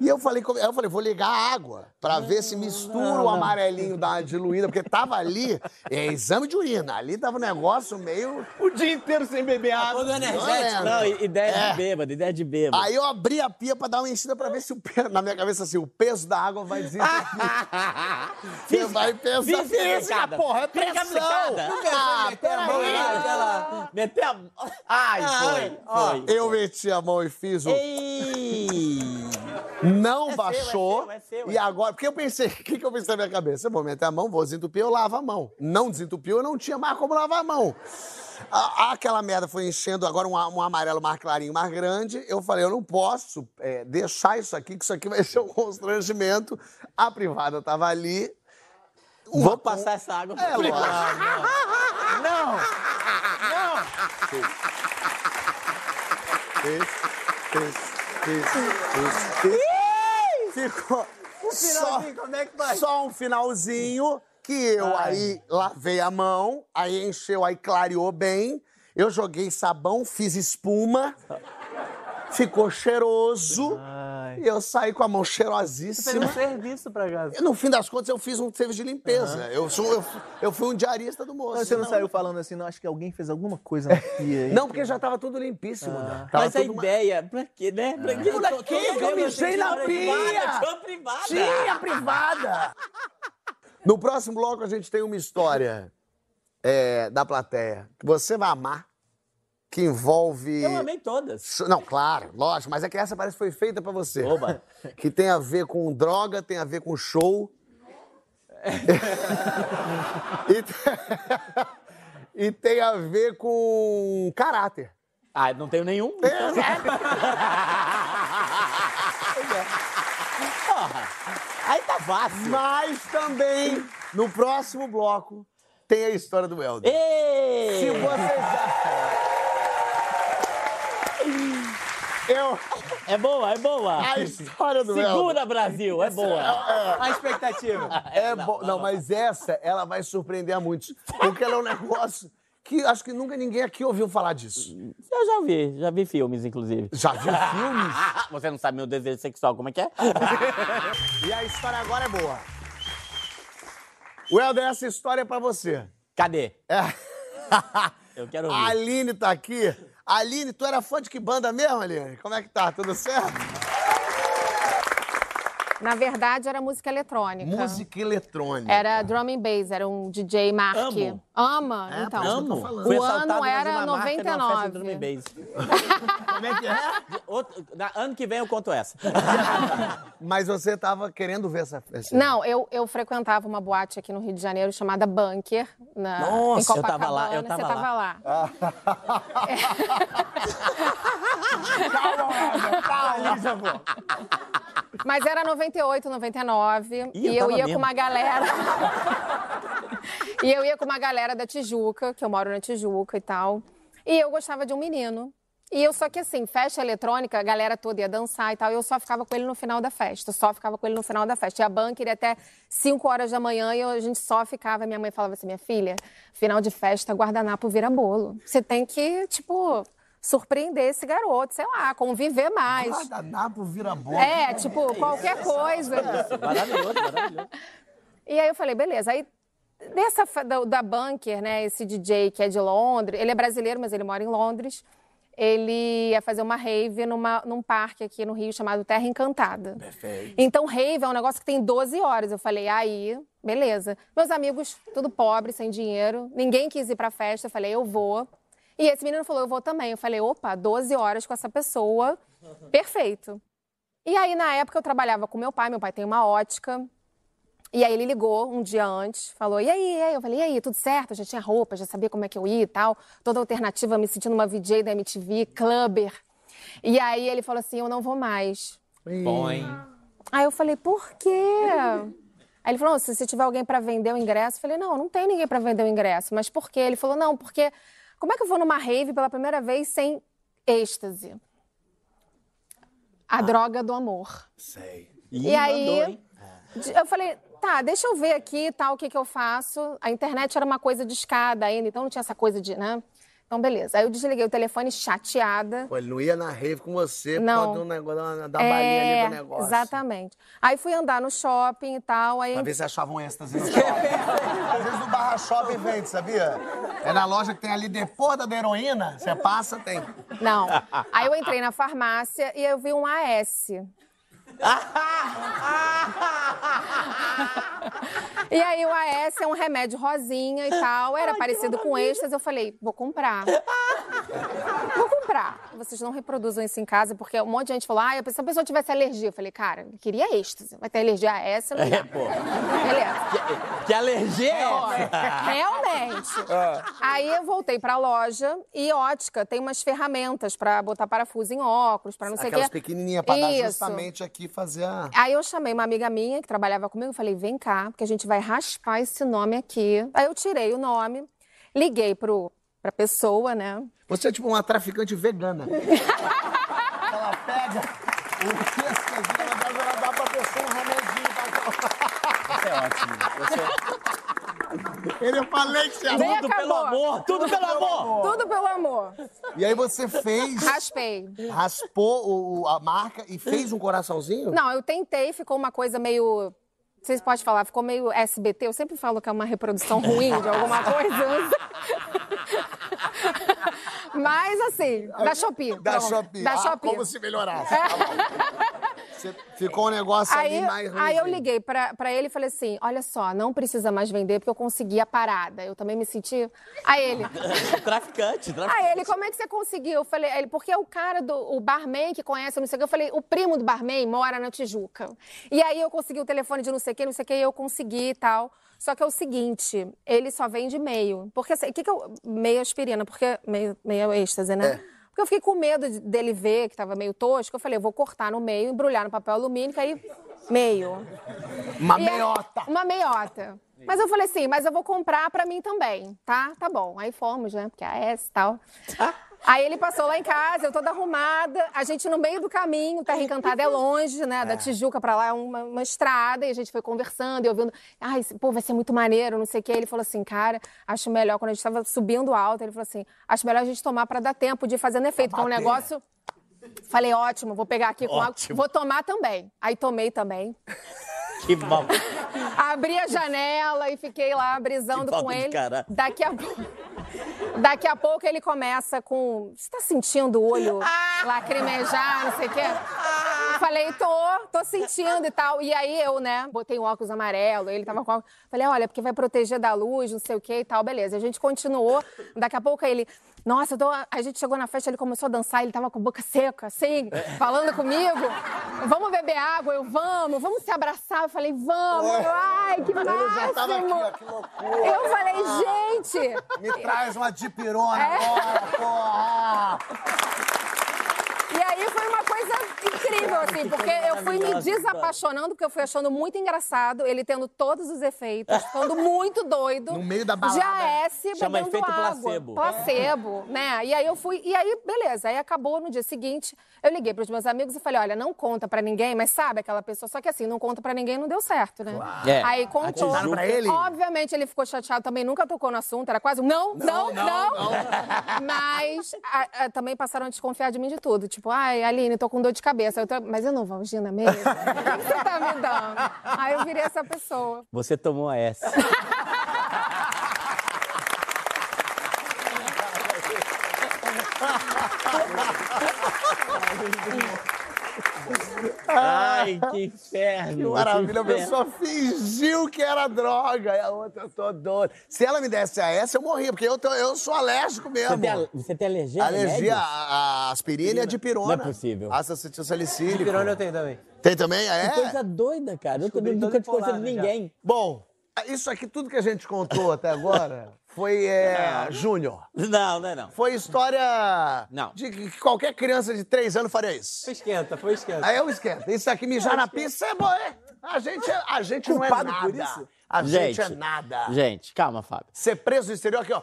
S1: E eu falei, como- eu falei, vou ligar a água pra ver se mistura o amarelinho da diluída, porque tava ali, é exame de urina, ali tava um negócio meio.
S4: O dia inteiro sem beber
S2: Tá
S4: água.
S1: energético.
S2: Não, i- ideia
S1: É.
S2: de bêbado, ideia de bêbado.
S1: Aí eu abri a pia pra dar uma enchida pra ver se o peso, na minha cabeça assim, o peso da água vai desinterferir. Você vai pensar assim,
S2: Física aplicada.
S1: porra, é
S2: Física
S1: pressão.
S2: aplicada.
S1: Ah, peraí.
S2: Meteu a... Ai, foi. foi.
S1: Eu meti a mão e fiz o.
S2: Ei!
S1: Não
S2: É
S1: baixou.
S2: seu, é seu, é seu,
S1: e
S2: é.
S1: agora, porque eu pensei, o que, que eu pensei na minha cabeça? Eu vou meter a mão, vou desentupir, eu lavo a mão. Não desentupiu, eu não tinha mais como lavar a mão. A- aquela merda foi enchendo agora um, a- um amarelo mais clarinho, mais grande. Eu falei, eu não posso é, deixar isso aqui, que isso aqui vai ser um constrangimento. A privada tava ali.
S2: Vou passar essa água pra
S1: É,
S2: você.
S1: lógico.
S4: Não!
S1: Ficou só, só um finalzinho que eu aí lavei a mão, aí encheu, aí clareou bem. Eu joguei sabão, fiz espuma, ficou cheiroso. E eu saí com a mão
S5: Fez um
S1: cheirosíssima.
S5: serviço pra casa.
S1: E no fim das contas, eu fiz um serviço de limpeza. Eu, sou, eu, eu fui um diarista do moço.
S4: Você não saiu falando assim, não, acho que alguém fez alguma coisa na pia. aí.
S1: Não, porque já tava tudo limpíssimo. né? Tava
S2: Mas a
S1: tudo ma-
S2: ideia, pra quê, né? Pra quê?
S1: Pra quê que eu mijei na pia?
S2: Tinha privada.
S1: Tinha privada! No próximo bloco a gente tem uma história é, da plateia que você vai amar, que envolve.
S2: Eu amei todas.
S1: Ch- Não, claro, lógico, mas é que essa parece que foi feita pra você.
S2: Oba.
S1: Que tem a ver com droga, tem a ver com show. e, te- e tem a ver com caráter.
S2: Ah, não tenho nenhum.
S1: É.
S2: é. Porra. Aí tá fácil.
S1: Mas também, no próximo bloco, tem a história do Helder. Se
S2: Ei!
S1: vocês. Eu.
S2: É boa, é boa.
S1: A história do Helder.
S2: Segura, Brasil, é boa.
S5: A expectativa.
S1: É bo... Não, mas essa, ela vai surpreender a muitos. Porque ela é um negócio que acho que nunca ninguém aqui ouviu falar disso.
S2: Eu já vi, já vi filmes, inclusive.
S1: Já viu filmes?
S2: Ah, Você não sabe meu desejo sexual, como é que é?
S1: E a história agora é boa. Helder, essa história é pra você.
S2: Cadê?
S1: É.
S2: Eu quero
S1: A
S2: ouvir.
S1: Aline tá aqui. Aline, tu era fã de que banda mesmo, Aline? Como é que tá? Tudo certo?
S9: Na verdade, era música eletrônica.
S1: Música eletrônica.
S9: Era drum and bass, era um DJ Mark.
S2: Amo.
S9: Ama?
S1: É,
S9: então.
S1: por isso que eu tô
S2: Amo.
S1: falando.
S2: Fui
S9: O ano
S2: assaltado na
S9: era
S2: Dinamarca numa festa de
S9: 99.
S2: drum and bass.
S1: é
S2: Outro- na- ano que vem eu conto essa.
S1: Mas você tava querendo ver essa. essa-
S9: Não, eu, eu frequentava uma boate aqui no Rio de Janeiro chamada Bunker, na, em
S2: Nossa, eu
S9: Copacabana.
S2: tava lá, eu tava lá.
S9: Você tava lá. Mas era 98, 99.
S2: Ih,
S9: E,
S2: eu
S9: eu
S2: tava
S9: ia
S2: mesmo.
S9: com uma galera. e eu ia com uma galera da Tijuca, que eu moro na Tijuca e tal. E eu gostava de um menino. E eu só que assim, festa eletrônica, a galera toda ia dançar e tal. Eu só ficava com ele no final da festa. Só ficava com ele no final da festa. E a banca iria até 5 horas da manhã e eu- a gente só ficava. Minha mãe falava assim: minha filha, final de festa, guardanapo vira bolo. Você tem que, tipo, surpreender esse garoto, sei lá, conviver mais.
S1: Guardanapo vira bola.
S9: É, tipo, qualquer coisa.
S2: Maravilhoso, maravilhoso.
S9: E aí eu falei, beleza. Aí, dessa fa- da, da Bunker, né, esse DJ que é de Londres, ele é brasileiro, mas ele mora em Londres. Ele ia fazer uma rave numa, num parque aqui no Rio chamado Terra Encantada. Perfeito. Então, rave é um negócio que tem 12 horas. Eu falei, aí, beleza. Meus amigos, tudo pobre, sem dinheiro, ninguém quis ir pra festa. Eu falei, eu vou. E esse menino falou, eu vou também. Eu falei, opa, 12 horas com essa pessoa, perfeito. E aí, na época, eu trabalhava com meu pai, meu pai tem uma ótica. E aí ele ligou um dia antes, falou, e aí, e aí? Eu falei, e aí, tudo certo? Eu já tinha roupa, já sabia como é que eu ia e tal. Toda alternativa, me sentindo uma VJ da MTV, clubber. E aí ele falou assim, eu não vou mais.
S2: Põe.
S9: Aí eu falei, por quê? Aí ele falou, "Não, se você tiver alguém para vender o ingresso, eu falei, não, não tem ninguém para vender o ingresso. Mas por quê? Ele falou, não, porque como é que eu vou numa rave pela primeira vez sem êxtase? A droga do amor.
S1: Sei.
S2: Ih,
S9: E aí-
S2: mandou, hein?
S9: De- Eu falei, tá, deixa eu ver aqui e tal, o que, que eu faço. A internet era uma coisa de escada ainda, então não tinha essa coisa de, né? Então, beleza. Aí eu desliguei o telefone chateada.
S1: Pô, ele não ia na rave com você
S9: Não. É,
S1: por causa do negócio, da, da balinha ali do negócio.
S9: Exatamente. Aí fui andar no shopping e tal, aí
S1: Pra ver se achavam extras no shopping. Às vezes no barra shopping vende, sabia? É na loja que tem ali depois da, da heroína, você passa, tem.
S9: Não. Aí eu entrei na farmácia e eu vi um AS. e aí o AS é um remédio rosinha e tal, era parecido com êxtase, eu falei, vou comprar. Vou comprar. Vocês não reproduzam isso em casa, porque um monte de gente falou, ah, se a pessoa tivesse alergia, eu falei, cara, eu queria êxtase, vai ter alergia a AS, não
S2: É,
S9: dá.
S2: pô.
S9: Beleza.
S2: Que alergia é essa?
S9: Realmente. Aí eu voltei pra loja e ótica tem umas ferramentas pra botar parafuso em óculos, pra não sei o
S1: Aquelas
S9: quê.
S1: pequenininhas pra dar
S9: Isso.
S1: justamente aqui fazer a...
S9: Aí eu chamei uma amiga minha que trabalhava comigo, falei: "Vem cá, porque a gente vai raspar esse nome aqui". Aí eu tirei o nome, liguei pro pra pessoa, né?
S1: Você é tipo uma traficante vegana. Ela pega o pescoço, ela vai ela dá pra pessoa um remedinho.
S4: Isso é ótimo. Você-
S1: pra- Ele é eu falei que você
S9: Bem,
S2: Tudo pelo
S9: acabou.
S2: amor, tudo pelo amor.
S9: Tudo pelo amor.
S1: E aí você fez,
S9: Raspei.
S1: raspou o- o- a marca e fez um coraçãozinho?
S9: Não, eu tentei, ficou uma coisa meio. Vocês podem falar, ficou meio SBT. Eu sempre falo que é uma reprodução ruim de alguma coisa. Mas assim, da Shopee.
S1: Da
S9: pronto,
S1: Shopee.
S9: Da
S1: Ah,
S9: Shopee.
S1: como se melhorasse. Tá bom. Você ficou um negócio
S9: Aí,
S1: ali mais assim.
S9: aí eu
S1: ruimzinho.
S9: liguei pra, pra ele e falei assim: olha só, não precisa mais vender porque eu consegui a parada. Eu também me senti. Aí ele.
S2: Traficante, traficante.
S9: Aí ele, como é que você conseguiu? Eu falei, aí ele, porque o cara do o barman que conhece, não sei o que, eu falei, o primo do barman mora na Tijuca. E aí eu consegui o telefone de não sei quem, não sei quem, eu consegui e tal. Só que é o seguinte, ele só vende meio. Porque assim, o que que eu. Meio aspirina, porque. Meio, meio êxtase, né? Porque eu fiquei com medo de- dele ver que tava meio tosco. Eu falei, eu vou cortar no meio, embrulhar no papel alumínio, que aí. Meio.
S1: Uma
S9: E aí-
S1: meiota.
S9: Uma meiota. Mas eu falei assim, mas eu vou comprar pra mim também, tá? Tá bom. Aí fomos, né? Porque a S e tal.
S1: Ah.
S9: Aí ele passou lá em casa, eu toda arrumada, a gente no meio do caminho, Terra Encantada é longe, né? Da Tijuca pra lá é uma, uma estrada, e a gente foi conversando e ouvindo. Ai, esse- pô, vai ser muito maneiro, não sei o quê. Ele falou assim, cara, acho melhor, quando a gente tava subindo alto, ele falou assim, acho melhor a gente tomar pra dar tempo de ir fazendo efeito, que é um
S1: bater.
S9: negócio. Falei, ótimo, vou pegar aqui com água,
S2: Ótimo.
S9: vou tomar também. Aí tomei também.
S2: Que mal.
S9: Abri a janela e fiquei lá brisando
S2: Que falta
S9: com
S2: de
S9: ele.
S2: caráter.
S9: Daqui a pouco. Daqui a pouco ele começa com. Você tá sentindo o olho
S1: Ah.
S9: lacrimejar, não sei o quê? Eu Falei, tô, tô sentindo e tal. E aí eu, né, botei um óculos amarelo, ele tava com óculos. Falei, olha, porque vai proteger da luz, não sei o quê e tal, beleza. A gente continuou. Daqui a pouco ele. Nossa, eu tô... a gente chegou na festa, ele começou a dançar, ele tava com a boca seca, assim, falando comigo. Vamos beber água, eu vamos, vamos se abraçar. Eu falei, vamos, Eu, ai, que
S1: Ele já tava aqui,
S9: máximo.
S1: ó, que loucura.
S9: Eu falei, gente,
S1: Me traz uma dipirona
S9: É.
S1: agora, porra!
S9: E aí foi uma coisa incrível, assim, porque eu fui me
S2: maravilhosa,
S9: desapaixonando, porque eu fui achando muito engraçado, ele tendo todos os efeitos, ficando muito doido.
S1: No meio da balada.
S9: Já é se
S2: Chama
S9: bebendo
S2: efeito
S9: água.
S2: placebo.
S9: Placebo, né? E aí eu fui, e aí, beleza, aí acabou no dia seguinte, eu liguei pros meus amigos e falei, olha, não conta pra ninguém, mas sabe aquela pessoa, só que assim, não conta pra ninguém, não deu certo, né?
S2: É.
S9: Aí contou.
S2: Contaram
S1: pra ele?
S9: Obviamente ele ficou chateado também, nunca tocou no assunto, era quase um não, não, não. Mas a- a- também passaram a desconfiar de mim de tudo. Tipo, ai, Aline, tô com dor de cabeça. Eu tô- Mas eu não vou, Gina, mesmo? O que você tá me dando? Aí eu virei essa pessoa.
S2: Você tomou a S. Ai, que inferno.
S1: Que maravilha, a
S2: que inferno.
S1: pessoa fingiu que era droga. E a outra, eu tô doida. Se ela me desse a essa, eu morria, porque eu, tô- eu sou alérgico
S2: Você
S1: mesmo.
S2: tem, al- você tem alergia? a
S1: Alergia
S2: remédio?
S1: à à aspirina e à dipirona.
S2: Não é possível.
S1: Acetil salicílico.
S5: Pirona eu tenho também.
S1: Tem também? É?
S2: Coisa doida, cara. Eu
S5: Descobri
S2: nunca
S5: todo
S2: te conheci de
S5: empolado já.
S2: ninguém.
S1: Bom, isso aqui, tudo que a gente contou até agora, foi é, Júnior.
S2: Não, não é não.
S1: Foi história
S2: Não.
S1: de que qualquer criança de três anos faria isso.
S5: Foi esquenta, foi esquenta.
S1: Aí eu esquento. Isso aqui mijar na pista é bom, é? A gente, é- a gente não é Culpado nada. por isso? A gente, é
S2: Gente.
S1: nada.
S2: Gente, calma, Fábio.
S1: Ser preso no exterior aqui, ó.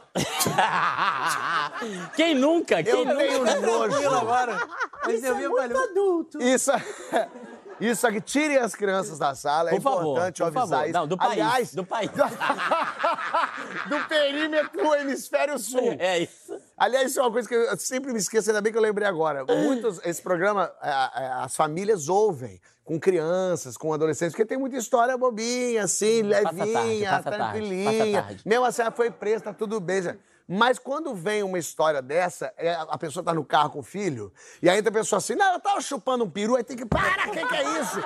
S2: Quem nunca? Quem
S1: Eu
S2: nunca? Tá
S1: tenho nojo.
S5: agora. Mas eu vi, eu falei,
S2: é adulto.
S1: Isso, isso aqui, tirem as crianças da sala. é
S2: Por favor,
S1: importante
S2: por
S1: eu avisar
S2: favor.
S1: isso.
S2: Não, do país,
S1: Aliás,
S2: do país.
S1: do perímetro hemisfério sul.
S2: É isso.
S1: Aliás, isso é uma coisa que eu sempre me esqueço, ainda bem que eu lembrei agora. Muitos, esse programa, é, é, as famílias ouvem com crianças, com adolescentes, porque tem muita história bobinha, assim,
S2: Uhum. Passa tarde,
S1: levinha,
S2: passa tarde,
S1: tranquilinha.
S2: passa tarde.
S1: Mesmo assim, ela foi presa, tá tudo bem. já. Mas quando vem uma história dessa, é, a pessoa tá no carro com o filho, e aí tem a pessoa assim, não, ela tava chupando um peru, aí tem que, para, o que, que é isso?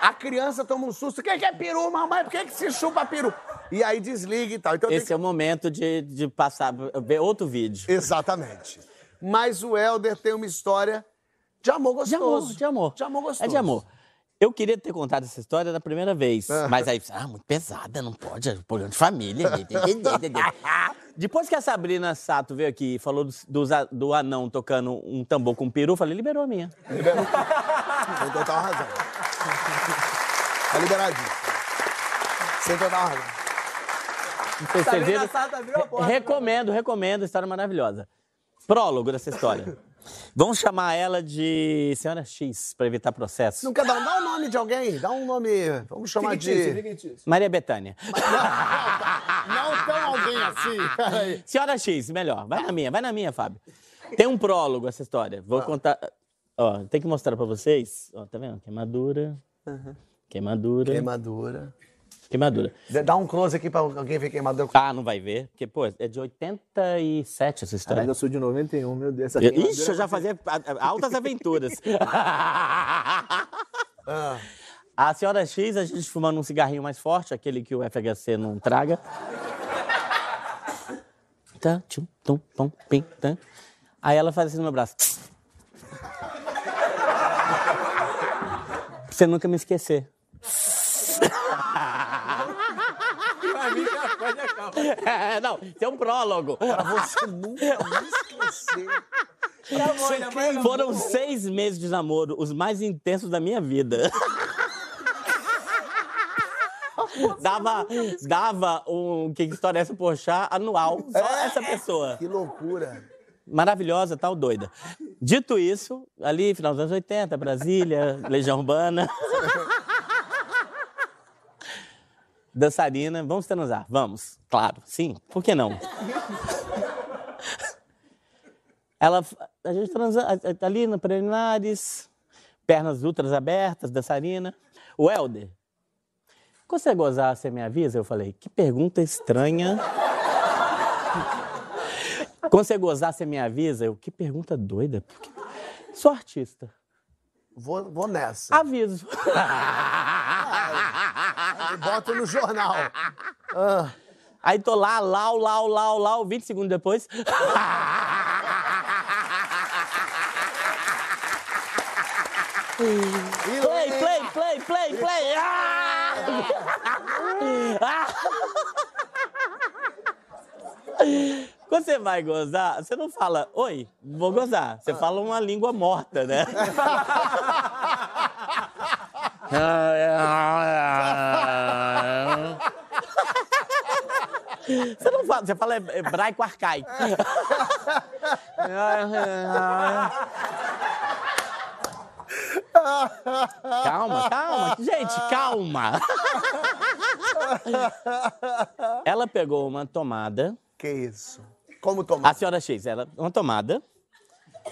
S1: A criança toma um susto, o que, que é peru, mamãe? Por que, que se chupa peru? E aí desliga e tal. Então, tem que
S2: Esse é o momento de, de passar, ver outro vídeo.
S1: Exatamente. Mas o Helder tem uma história de amor
S2: De amor,
S1: gostoso.
S2: de amor.
S1: De amor gostoso.
S2: É de amor. Eu queria ter contado essa história da primeira vez, mas aí, ah, muito pesada, não pode, é um programa de família. Depois que a Sabrina Sato veio aqui e falou dos- dos a- do, anão tocando um tambor com peru, eu falei, liberou a minha.
S1: Tem total razão. Tá liberadinho. Sem total razão.
S2: Não sei se vocês
S5: Sabrina
S2: viram.
S5: Sato abriu a porta.
S2: Recomendo, recomendo, história maravilhosa. Prólogo dessa história. Vamos chamar ela de Senhora X para evitar processo.
S1: Não quer dar dá um nome de alguém? Dá um nome. Vamos chamar de.
S2: Maria Bethânia.
S1: Não tão alguém assim.
S2: Senhora X, melhor. Vai na minha, vai na minha, Fábio. Tem um prólogo essa história.
S1: Ah.
S2: Vou contar. Ó, tem que mostrar pra vocês. Ó, tá vendo? Queimadura. Queimadura.
S1: Queimadura.
S2: Queimadura.
S1: Dá um close aqui pra alguém ver queimadura.
S2: Ah, não vai ver, porque, pô, é de 87 essa história.
S4: eu sou de 91, meu Deus. Essa queimadura-
S2: É. Ixi, eu já fazia a- a- altas aventuras. A senhora X, a gente fumando um cigarrinho mais forte, aquele que o FHC não traga. Tá, tchum, tum, pum, pim, tan. Aí ela faz assim no meu braço. Pra você nunca me esquecer. É, não, tem um prólogo.
S1: Você nunca me esquecer.
S2: Foram seis meses de namoro, os mais intensos da minha vida. dava, dava um que história é essa poxa anual só
S1: É.
S2: essa pessoa.
S1: Que loucura.
S2: Maravilhosa, tal doida. Dito isso, ali final dos anos 80, Brasília, Legião Urbana. Dançarina, vamos transar, vamos. Claro, sim, por que não? Ela, a gente transa a- a- ali no preliminares, pernas ultras abertas, dançarina. O Helder, quando você gozar, você me avisa? Eu falei, que pergunta estranha. Quando você gozar, você me avisa? Eu, que pergunta doida. Por quê? Sou artista.
S1: Vou, vou nessa.
S2: Aviso.
S1: Bota no jornal.
S2: Aí tô lá, lá, lá, lá, lá, 20 segundos depois.
S1: E
S2: Play, play, play, play, play. Ah! Ah! Quando você vai gozar, você não fala, oi, vou gozar. Você fala uma língua morta, né? Você não fala, você fala hebraico arcaico. Calma, calma. Gente, calma. Ela pegou uma tomada,
S1: Que isso? Como tomar?
S2: a senhora X, ela, uma tomada.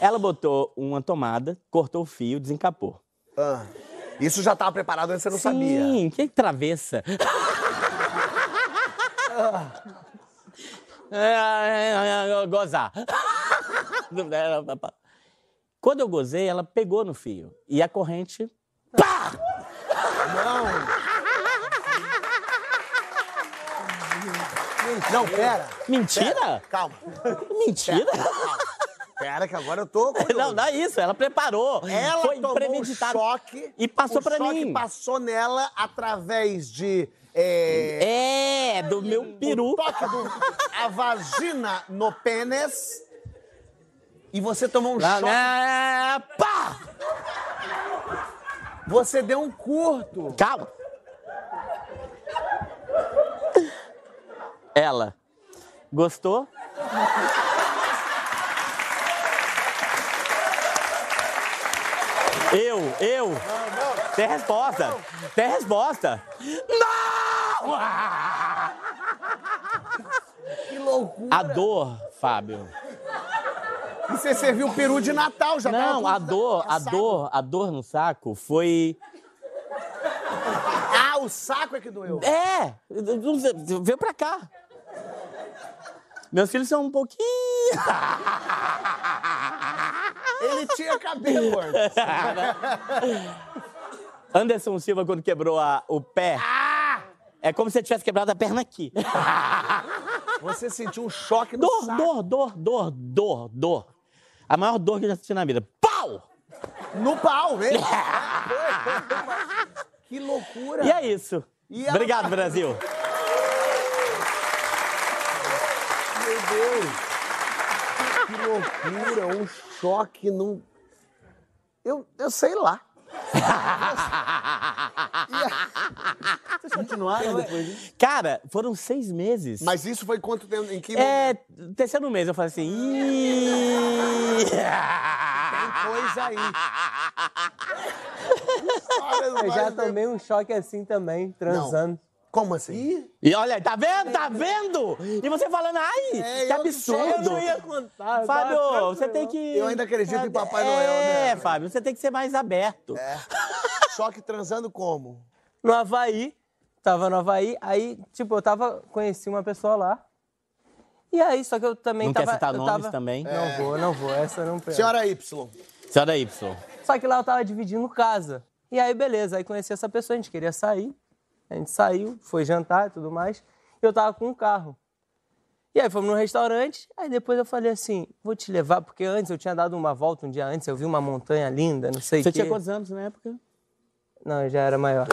S2: Ela botou uma tomada, cortou o fio, desencapou.
S1: Ah, Isso já estava preparado antes, você não sabia.
S2: Sim, que travessa.
S1: Ah.
S2: É, é, é, Gozar. Quando eu gozei, ela pegou no fio. E a corrente. Pá!
S1: Não, pera.
S2: Mentira?
S1: Calma.
S2: Mentira?
S1: Pera que agora eu tô... com-
S2: Não, não é isso. Ela preparou.
S1: Ela
S2: Foi
S1: tomou um
S2: premeditado.
S1: choque.
S2: E passou
S1: o
S2: pra
S1: choque
S2: mim.
S1: passou nela através de... é,
S2: É, do meu peru.
S1: toque do... A vagina no pênis.
S2: Ah,
S1: E você tomou um
S2: Lá,
S1: choque.
S2: né, pá!
S1: Você deu um curto.
S2: Calma. Ela. Gostou? Eu, eu. Tem resposta. Tem resposta. Não!
S1: Que loucura.
S2: A dor, Fábio.
S1: E você serviu peru de Natal, já tava
S2: Não,
S1: tudo
S2: a dor, a
S1: assado.
S2: dor, a dor no saco foi
S1: Ah, o saco é que doeu.
S2: É! não sei, Veio pra cá. Meus filhos são um pouquinho.
S1: Ele tinha cabelo, Orson.
S2: Anderson Silva, quando quebrou a- o pé,
S1: Ah!
S2: é como se ele tivesse quebrado a perna aqui.
S1: Você sentiu um choque no
S2: Dor,
S1: É um saco.
S2: dor, dor, dor, dor, dor. A maior dor que eu já senti na vida. Pau!
S1: No pau, velho. que loucura.
S2: E é isso.
S1: E ela- tá-
S2: Obrigado, Brasil.
S1: Meu Deus! Que loucura, um choque num. Eu, eu sei lá. Vocês continuaram depois disso?
S2: Cara, foram seis meses.
S3: Mas isso foi quanto tempo? Em que
S2: É, terceiro mês eu falei assim. "Ih."
S1: Pois aí.
S5: Eu já tomei um choque assim também, transando.
S1: Como assim?
S2: E olha aí, tá vendo? Tá vendo? E você falando, ai, que
S1: É, eu não sei, eu
S2: absurdo.
S5: Eu ia contar. eu tava
S2: Fábio,
S5: tranquilo.
S2: você tem que.
S1: Eu ainda acredito em Papai
S2: é,
S1: Noel, né? É.
S2: É, Fábio, você tem que ser mais aberto.
S1: Choque transando como?
S5: No Havaí, tava no Havaí, aí, tipo, eu tava, conheci uma pessoa lá. E aí, só que eu também
S2: Não
S5: tava...
S2: quer citar
S5: eu
S2: nomes
S5: tava- É.
S2: também?
S5: Não vou, não vou, essa eu não pego.
S1: Senhora Y.
S2: Senhora Y.
S5: Só que lá eu tava dividindo casa. E aí, beleza, aí conheci essa pessoa, a gente queria sair. A gente saiu, foi jantar e tudo mais. E eu tava com um carro. E aí fomos no restaurante, aí depois eu falei assim, vou te levar, porque antes eu tinha dado uma volta um dia antes, eu vi uma montanha linda, não sei o
S2: Você
S5: quê.
S2: tinha quantos anos na época?
S5: Não, eu já era maior.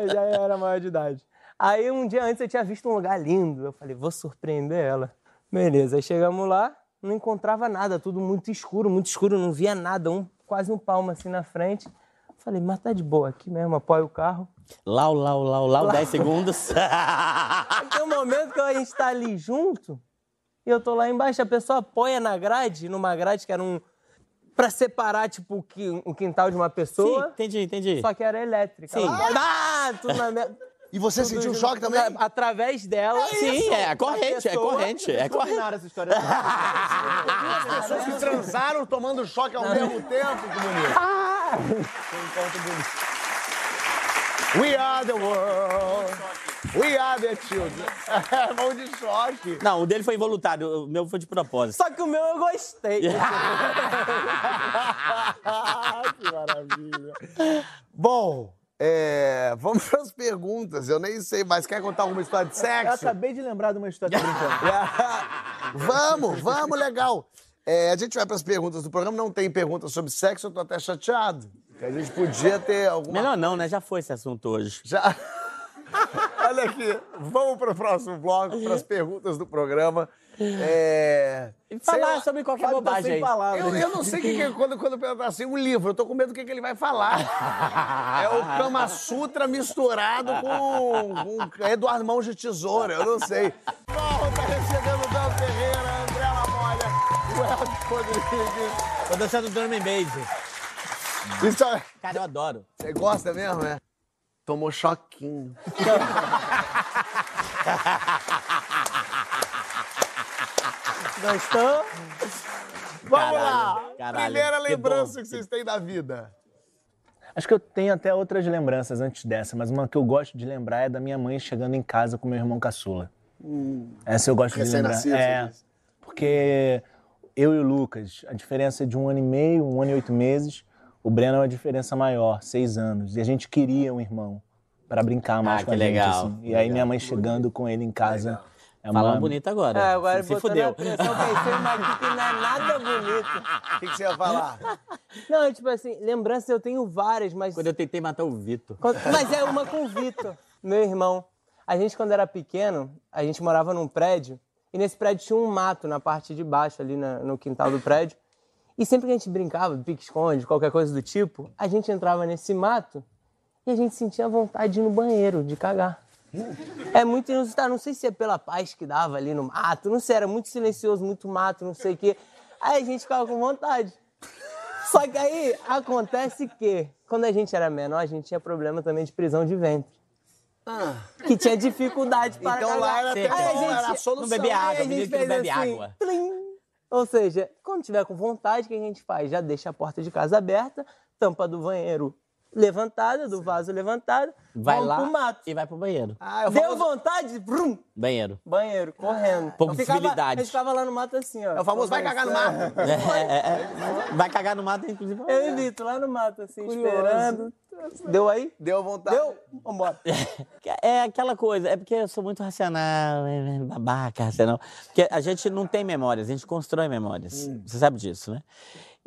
S5: eu já era maior de idade. Aí um dia antes eu tinha visto um lugar lindo. Eu falei, vou surpreender ela. Beleza, aí chegamos lá, não encontrava nada, tudo muito escuro, muito escuro, não via nada, um, quase um palmo assim na frente. Falei, mas tá de boa aqui mesmo, apoio o carro.
S2: Lau, lau, lau, lau, 10 segundos.
S5: Aí tem um momento que a gente tá ali junto e eu tô lá embaixo, a pessoa apoia na grade, numa grade que era um. pra separar, tipo, o qui- o quintal de uma pessoa.
S2: Sim, entendi, entendi.
S5: Só que era elétrica.
S2: Sim.
S5: Ah, tudo na me...
S3: E você
S5: tudo
S3: sentiu um
S5: junto.
S3: choque também?
S5: Através dela.
S2: Sim, é a corrente, é a corrente, é a corrente.
S4: Terminaram essa história.
S1: Pessoas que transaram tomando choque ao mesmo tempo, que bonito.
S5: Ah!
S1: um We are the world. We are the children. É, mão de choque.
S2: Não, o dele foi involuntário, o meu foi de propósito.
S5: Só que o meu eu gostei.
S2: É,
S1: que maravilha.
S3: Bom, é, vamos para as perguntas. Eu nem sei, mas quer contar alguma história de
S4: Eu
S3: sexo?
S4: acabei de lembrar de uma história tô brincando.
S3: vamos, vamos, legal. É, a gente vai para as perguntas do programa. Não tem perguntas sobre sexo, eu tô até chateado. Que A gente podia ter alguma.
S2: Melhor não, né? Já foi esse assunto hoje.
S3: Já. Olha aqui, vamos para o próximo bloco, para as perguntas do programa. É...
S2: E
S3: sei
S2: falar
S3: lá,
S2: sobre qualquer
S4: Fábio tá
S2: bobagem
S4: sem
S2: aí.
S4: palavras.
S3: Eu, eu não sei o que, que é quando, quando perguntar assim, um livro, eu tô com medo do que, que ele vai falar. É o Kama Sutra misturado com, com Eduardo Mãos de Tesoura, eu não sei. Bom, tá recebendo o Dan Ferreira, André Lamolha, o Elton Rodrigues.
S2: Tô dançando Drum and Bass.
S3: Isso é-
S2: Cara, eu adoro.
S3: Você gosta mesmo, é? Tomou choquinho.
S5: Gostou?
S3: Vamos
S2: Caralho,
S3: lá!
S2: caralho,
S3: Primeira
S2: que bom,
S3: lembrança que,
S2: que
S3: vocês têm da vida.
S4: Acho que eu tenho até outras lembranças antes dessa, mas uma que eu gosto de lembrar é da minha mãe chegando em casa com meu irmão caçula. Essa eu gosto de lembrar.
S3: Hum. Recém-nascido, você
S4: É,
S3: disse.
S4: porque eu e o Lucas, a diferença é de um ano e meio, um ano e oito meses. O Breno é uma diferença maior, seis anos. E a gente queria um irmão para brincar mais
S2: Ah,
S4: com
S2: que
S4: a gente.
S2: legal,
S4: assim. E aí minha mãe chegando com ele em casa. É uma...
S2: Falando bonito agora.
S5: É, agora
S2: se
S5: botando
S2: fudeu.
S5: a pressão, pensei uma aqui que não é nada bonito.
S3: O que, que você ia falar?
S5: Não, tipo assim, lembranças eu tenho várias, mas...
S2: Quando eu tentei matar o Vitor.
S5: Quando- Mas é uma com o Vitor, meu irmão. A gente, quando era pequeno, a gente morava num prédio. E nesse prédio tinha um mato na parte de baixo, ali na- no quintal do prédio. E sempre que a gente brincava, pique-esconde, qualquer coisa do tipo, a gente entrava nesse mato e a gente sentia vontade de ir no banheiro, de cagar. É muito inusitado, não sei se é pela paz que dava ali no mato, não sei, era muito silencioso, muito mato, não sei o quê. Aí a gente ficava com vontade. Só que aí acontece que, quando a gente era menor, a gente tinha problema também de prisão de ventre. Que tinha dificuldade para
S1: Ah. Então lá
S5: cagar.
S1: era até
S5: Aí a
S1: bom,
S5: gente-
S1: era a solução.
S2: Não bebia água,
S5: Aí É, a
S2: menino
S5: gente
S2: que não
S5: fez
S2: bebe
S5: assim,
S2: água.
S5: plim. Ou seja, quando tiver com vontade, o que a gente faz? Já deixa a porta de casa aberta, tampa do banheiro levantada, do vaso levantado,
S2: Vai
S5: vamos
S2: lá
S5: pro mato.
S2: e vai pro banheiro.
S1: Ah, eu
S5: Deu
S1: falo
S5: vontade, brum,
S2: Banheiro.
S5: banheiro, correndo.
S2: Por
S5: Eu ficava-
S2: possibilidade.
S5: Eu ficava lá no mato assim, ó.
S1: É o famoso vai cagar no mato.
S2: É, é, é. Vai cagar no mato, inclusive.
S5: É. Eu invito lá no mato, assim, esperando. Deu aí?
S1: Deu vontade.
S5: Deu? Vambora.
S2: É aquela coisa, é porque eu sou muito racional, é, é, babaca, racional. Porque a gente não tem memórias, a gente constrói memórias. Você sabe disso, né?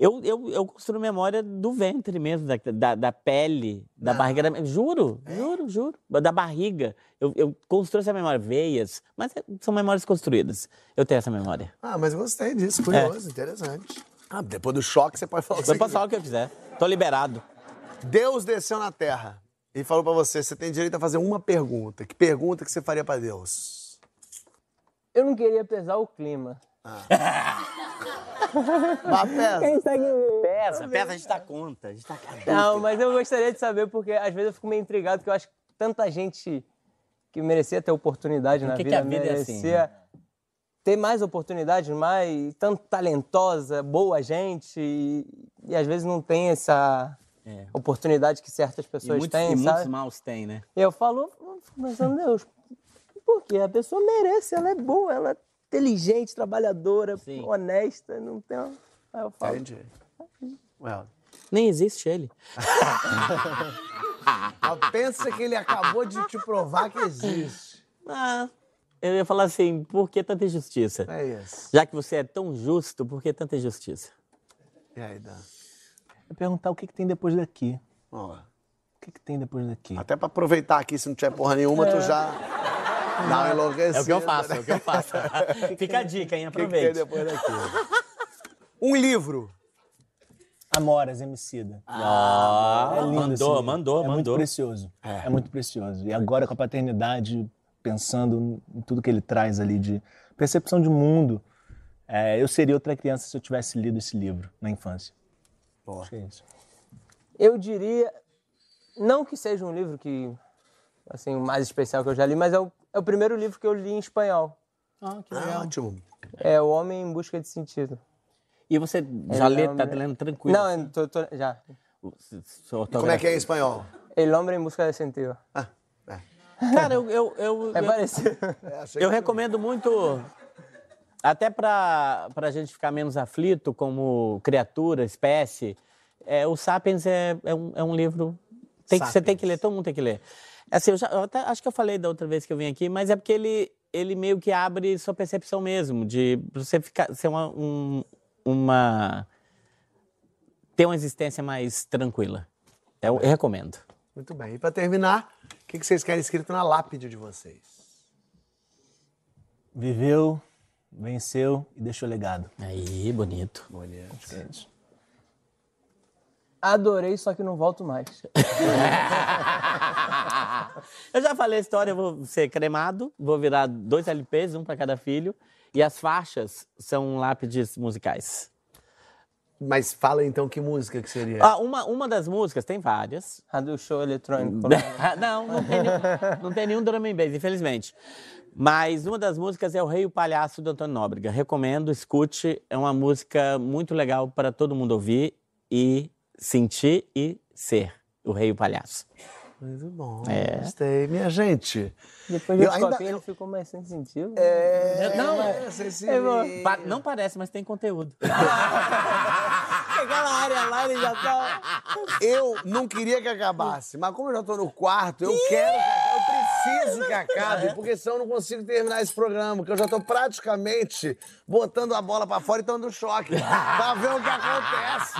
S2: Eu, eu, eu construo memória do ventre mesmo, da, da, da pele, da barriga. Da, juro, juro, juro. Da barriga. Eu, eu construo essa memória, veias, mas é- são memórias construídas. Eu tenho essa memória.
S1: Ah, mas gostei
S2: É.
S1: disso. Curioso, interessante. Ah, depois do choque você pode falar o que
S2: Eu
S1: você
S2: posso falar o que eu quiser. Tô liberado.
S1: quiser. Deus desceu na terra e falou pra você, você tem direito a fazer uma pergunta. Que pergunta que você faria pra Deus?
S5: Eu não queria pesar o clima.
S1: Mas pera,
S5: Quem segue o-
S2: Essa peça a gente dá conta, a gente tá
S5: Não, mas eu gostaria de saber, porque às vezes eu fico meio intrigado, que eu acho que tanta gente que merecia ter oportunidade na
S2: que que
S5: vida,
S2: a vida é assim,
S5: merecia ter mais oportunidades, mais tanto talentosa, boa gente, e, e às vezes não tem essa
S2: É.
S5: oportunidade que certas
S2: E
S5: pessoas
S2: muitos,
S5: têm,
S2: e muitos
S5: sabe?
S2: maus tem, né?
S5: E eu falo, eu fico pensando, Deus, porque a pessoa merece, ela é boa, ela é inteligente, trabalhadadora,
S2: Sim.
S5: honesta, não tem... uma- Aí eu falo,
S1: Entendi. Well,
S2: Nem existe ele.
S1: mas pensa que ele acabou de te provar que existe.
S2: Ah, eu ia falar assim, por que tanta injustiça?
S1: É isso.
S2: Já que você é tão justo, por que tanta injustiça?
S1: E aí, Dan?
S4: É perguntar o que, que tem depois daqui.
S1: Vamos lá.
S4: O que, que tem depois daqui?
S1: Até pra aproveitar aqui, se não tiver porra nenhuma, tu já dá uma enlouquecida.
S2: É o que eu faço, é
S1: né?
S2: o que eu faço. Fica a dica, hein?
S1: O que, que tem
S2: Aproveite.
S1: depois daqui? Um livro.
S4: Amoras, Emicida.
S2: Ah,
S4: É lindo esse
S2: mandou,
S4: livro.
S2: mandou,
S4: é
S2: mandou.
S4: Muito precioso. É. muito precioso. E agora com a paternidade, pensando em tudo que ele traz ali de percepção de mundo, é, eu seria outra criança se eu tivesse lido esse livro na infância.
S1: Boa.
S4: Acho que é isso.
S5: Eu diria, não que seja um livro que, assim, o mais especial que eu já li, mas é o, é o primeiro livro que eu li em espanhol.
S1: Ah, ótimo.
S5: É O Homem em Busca de Sentido.
S2: E você já lê,
S5: não,
S2: tá
S5: né?
S2: lendo tranquilo?
S5: Não, eu tô, tô- já.
S1: Como é que é em espanhol?
S5: El Hombre em Busca de Sentido.
S1: Ah, é.
S2: Cara, eu, eu, eu,
S5: É parecido.
S1: É, achei
S2: eu
S1: que-
S2: recomendo muito, até pra, pra gente ficar menos aflito como criatura, espécie, é, o Sapiens é, é, um, é um livro tem que, você tem que ler, todo mundo tem que ler. Assim, eu, já, eu até acho que eu falei da outra vez que eu vim aqui, mas é porque ele, ele meio que abre sua percepção mesmo, de você ficar, ser uma, um- uma... ter uma existência mais tranquila. Eu, eu recomendo.
S1: Muito bem. E pra terminar, o que, que vocês querem escrito na lápide de vocês?
S4: Viveu, venceu e deixou legado.
S2: Aí, bonito.
S1: Bonito.
S4: É isso.
S5: Adorei, só que não volto mais.
S2: eu já falei a história, eu vou ser cremado, vou virar dois LPs, um para cada filho, e as faixas são lápides musicais.
S1: Mas fala então que música que seria.
S2: Ah, uma, uma das músicas, tem várias.
S5: A do show eletrônico. né?
S2: não, não tem, nenhum, não tem nenhum drum and bass, infelizmente. Mas uma das músicas é O Rei e o Palhaço, do Antônio Nóbrega. Recomendo, escute. É uma música muito legal para todo mundo ouvir e sentir e ser. O Rei e o Palhaço.
S1: Muito é bom. Gostei. Minha gente.
S5: Depois de
S1: Eu ainda-
S5: um ele ficou mais sem sentido. É.
S2: não,
S1: vocês se virem.
S2: Pa- não parece, mas tem conteúdo.
S5: Aquela área lá, ele já tá...
S1: Eu não queria que acabasse, mas como eu já tô no quarto, eu quero, que- eu preciso que acabe, porque senão eu não consigo terminar esse programa, porque eu já tô praticamente botando a bola pra fora e dando choque pra ver o que acontece.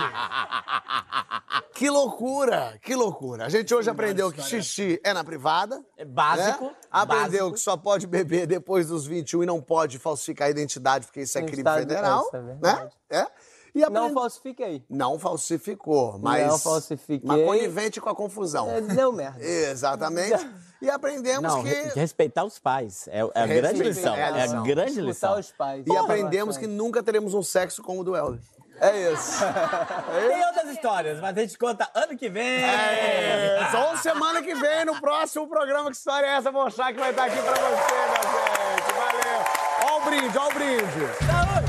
S1: Que loucura, que loucura. A gente hoje aprendeu que xixi é na privada.
S2: É básico.
S1: né? Aprendeu
S2: básico.
S1: que só pode beber um depois dos 21 e não pode falsificar a identidade, porque isso é
S5: No
S1: crime
S5: estado-
S1: federal.
S5: isso é
S1: né?
S5: verdade.
S1: É.
S10: E
S5: Não
S10: aprendi-
S5: falsifiquei.
S1: Não falsificou, mas.
S5: Não falsifiquei.
S1: Mas conivente com a confusão.
S5: É, Deu merda.
S1: Exatamente. E aprendemos
S2: Não, re-
S1: que.
S2: respeitar os pais. É, é a grande
S1: Respeitar
S2: lição. É a
S1: eles.
S2: grande
S5: Escutar
S2: lição.
S5: os pais.
S1: E aprendemos
S5: né?
S1: que nunca teremos um sexo como o do Helder. É isso.
S2: Tem outras histórias, mas a gente conta ano que vem.
S1: É, Só semana que vem, no próximo programa Que História é Essa? Mostrar que vai estar aqui pra você, minha gente. Valeu. Ó o brinde, ó o brinde.
S2: Saúde!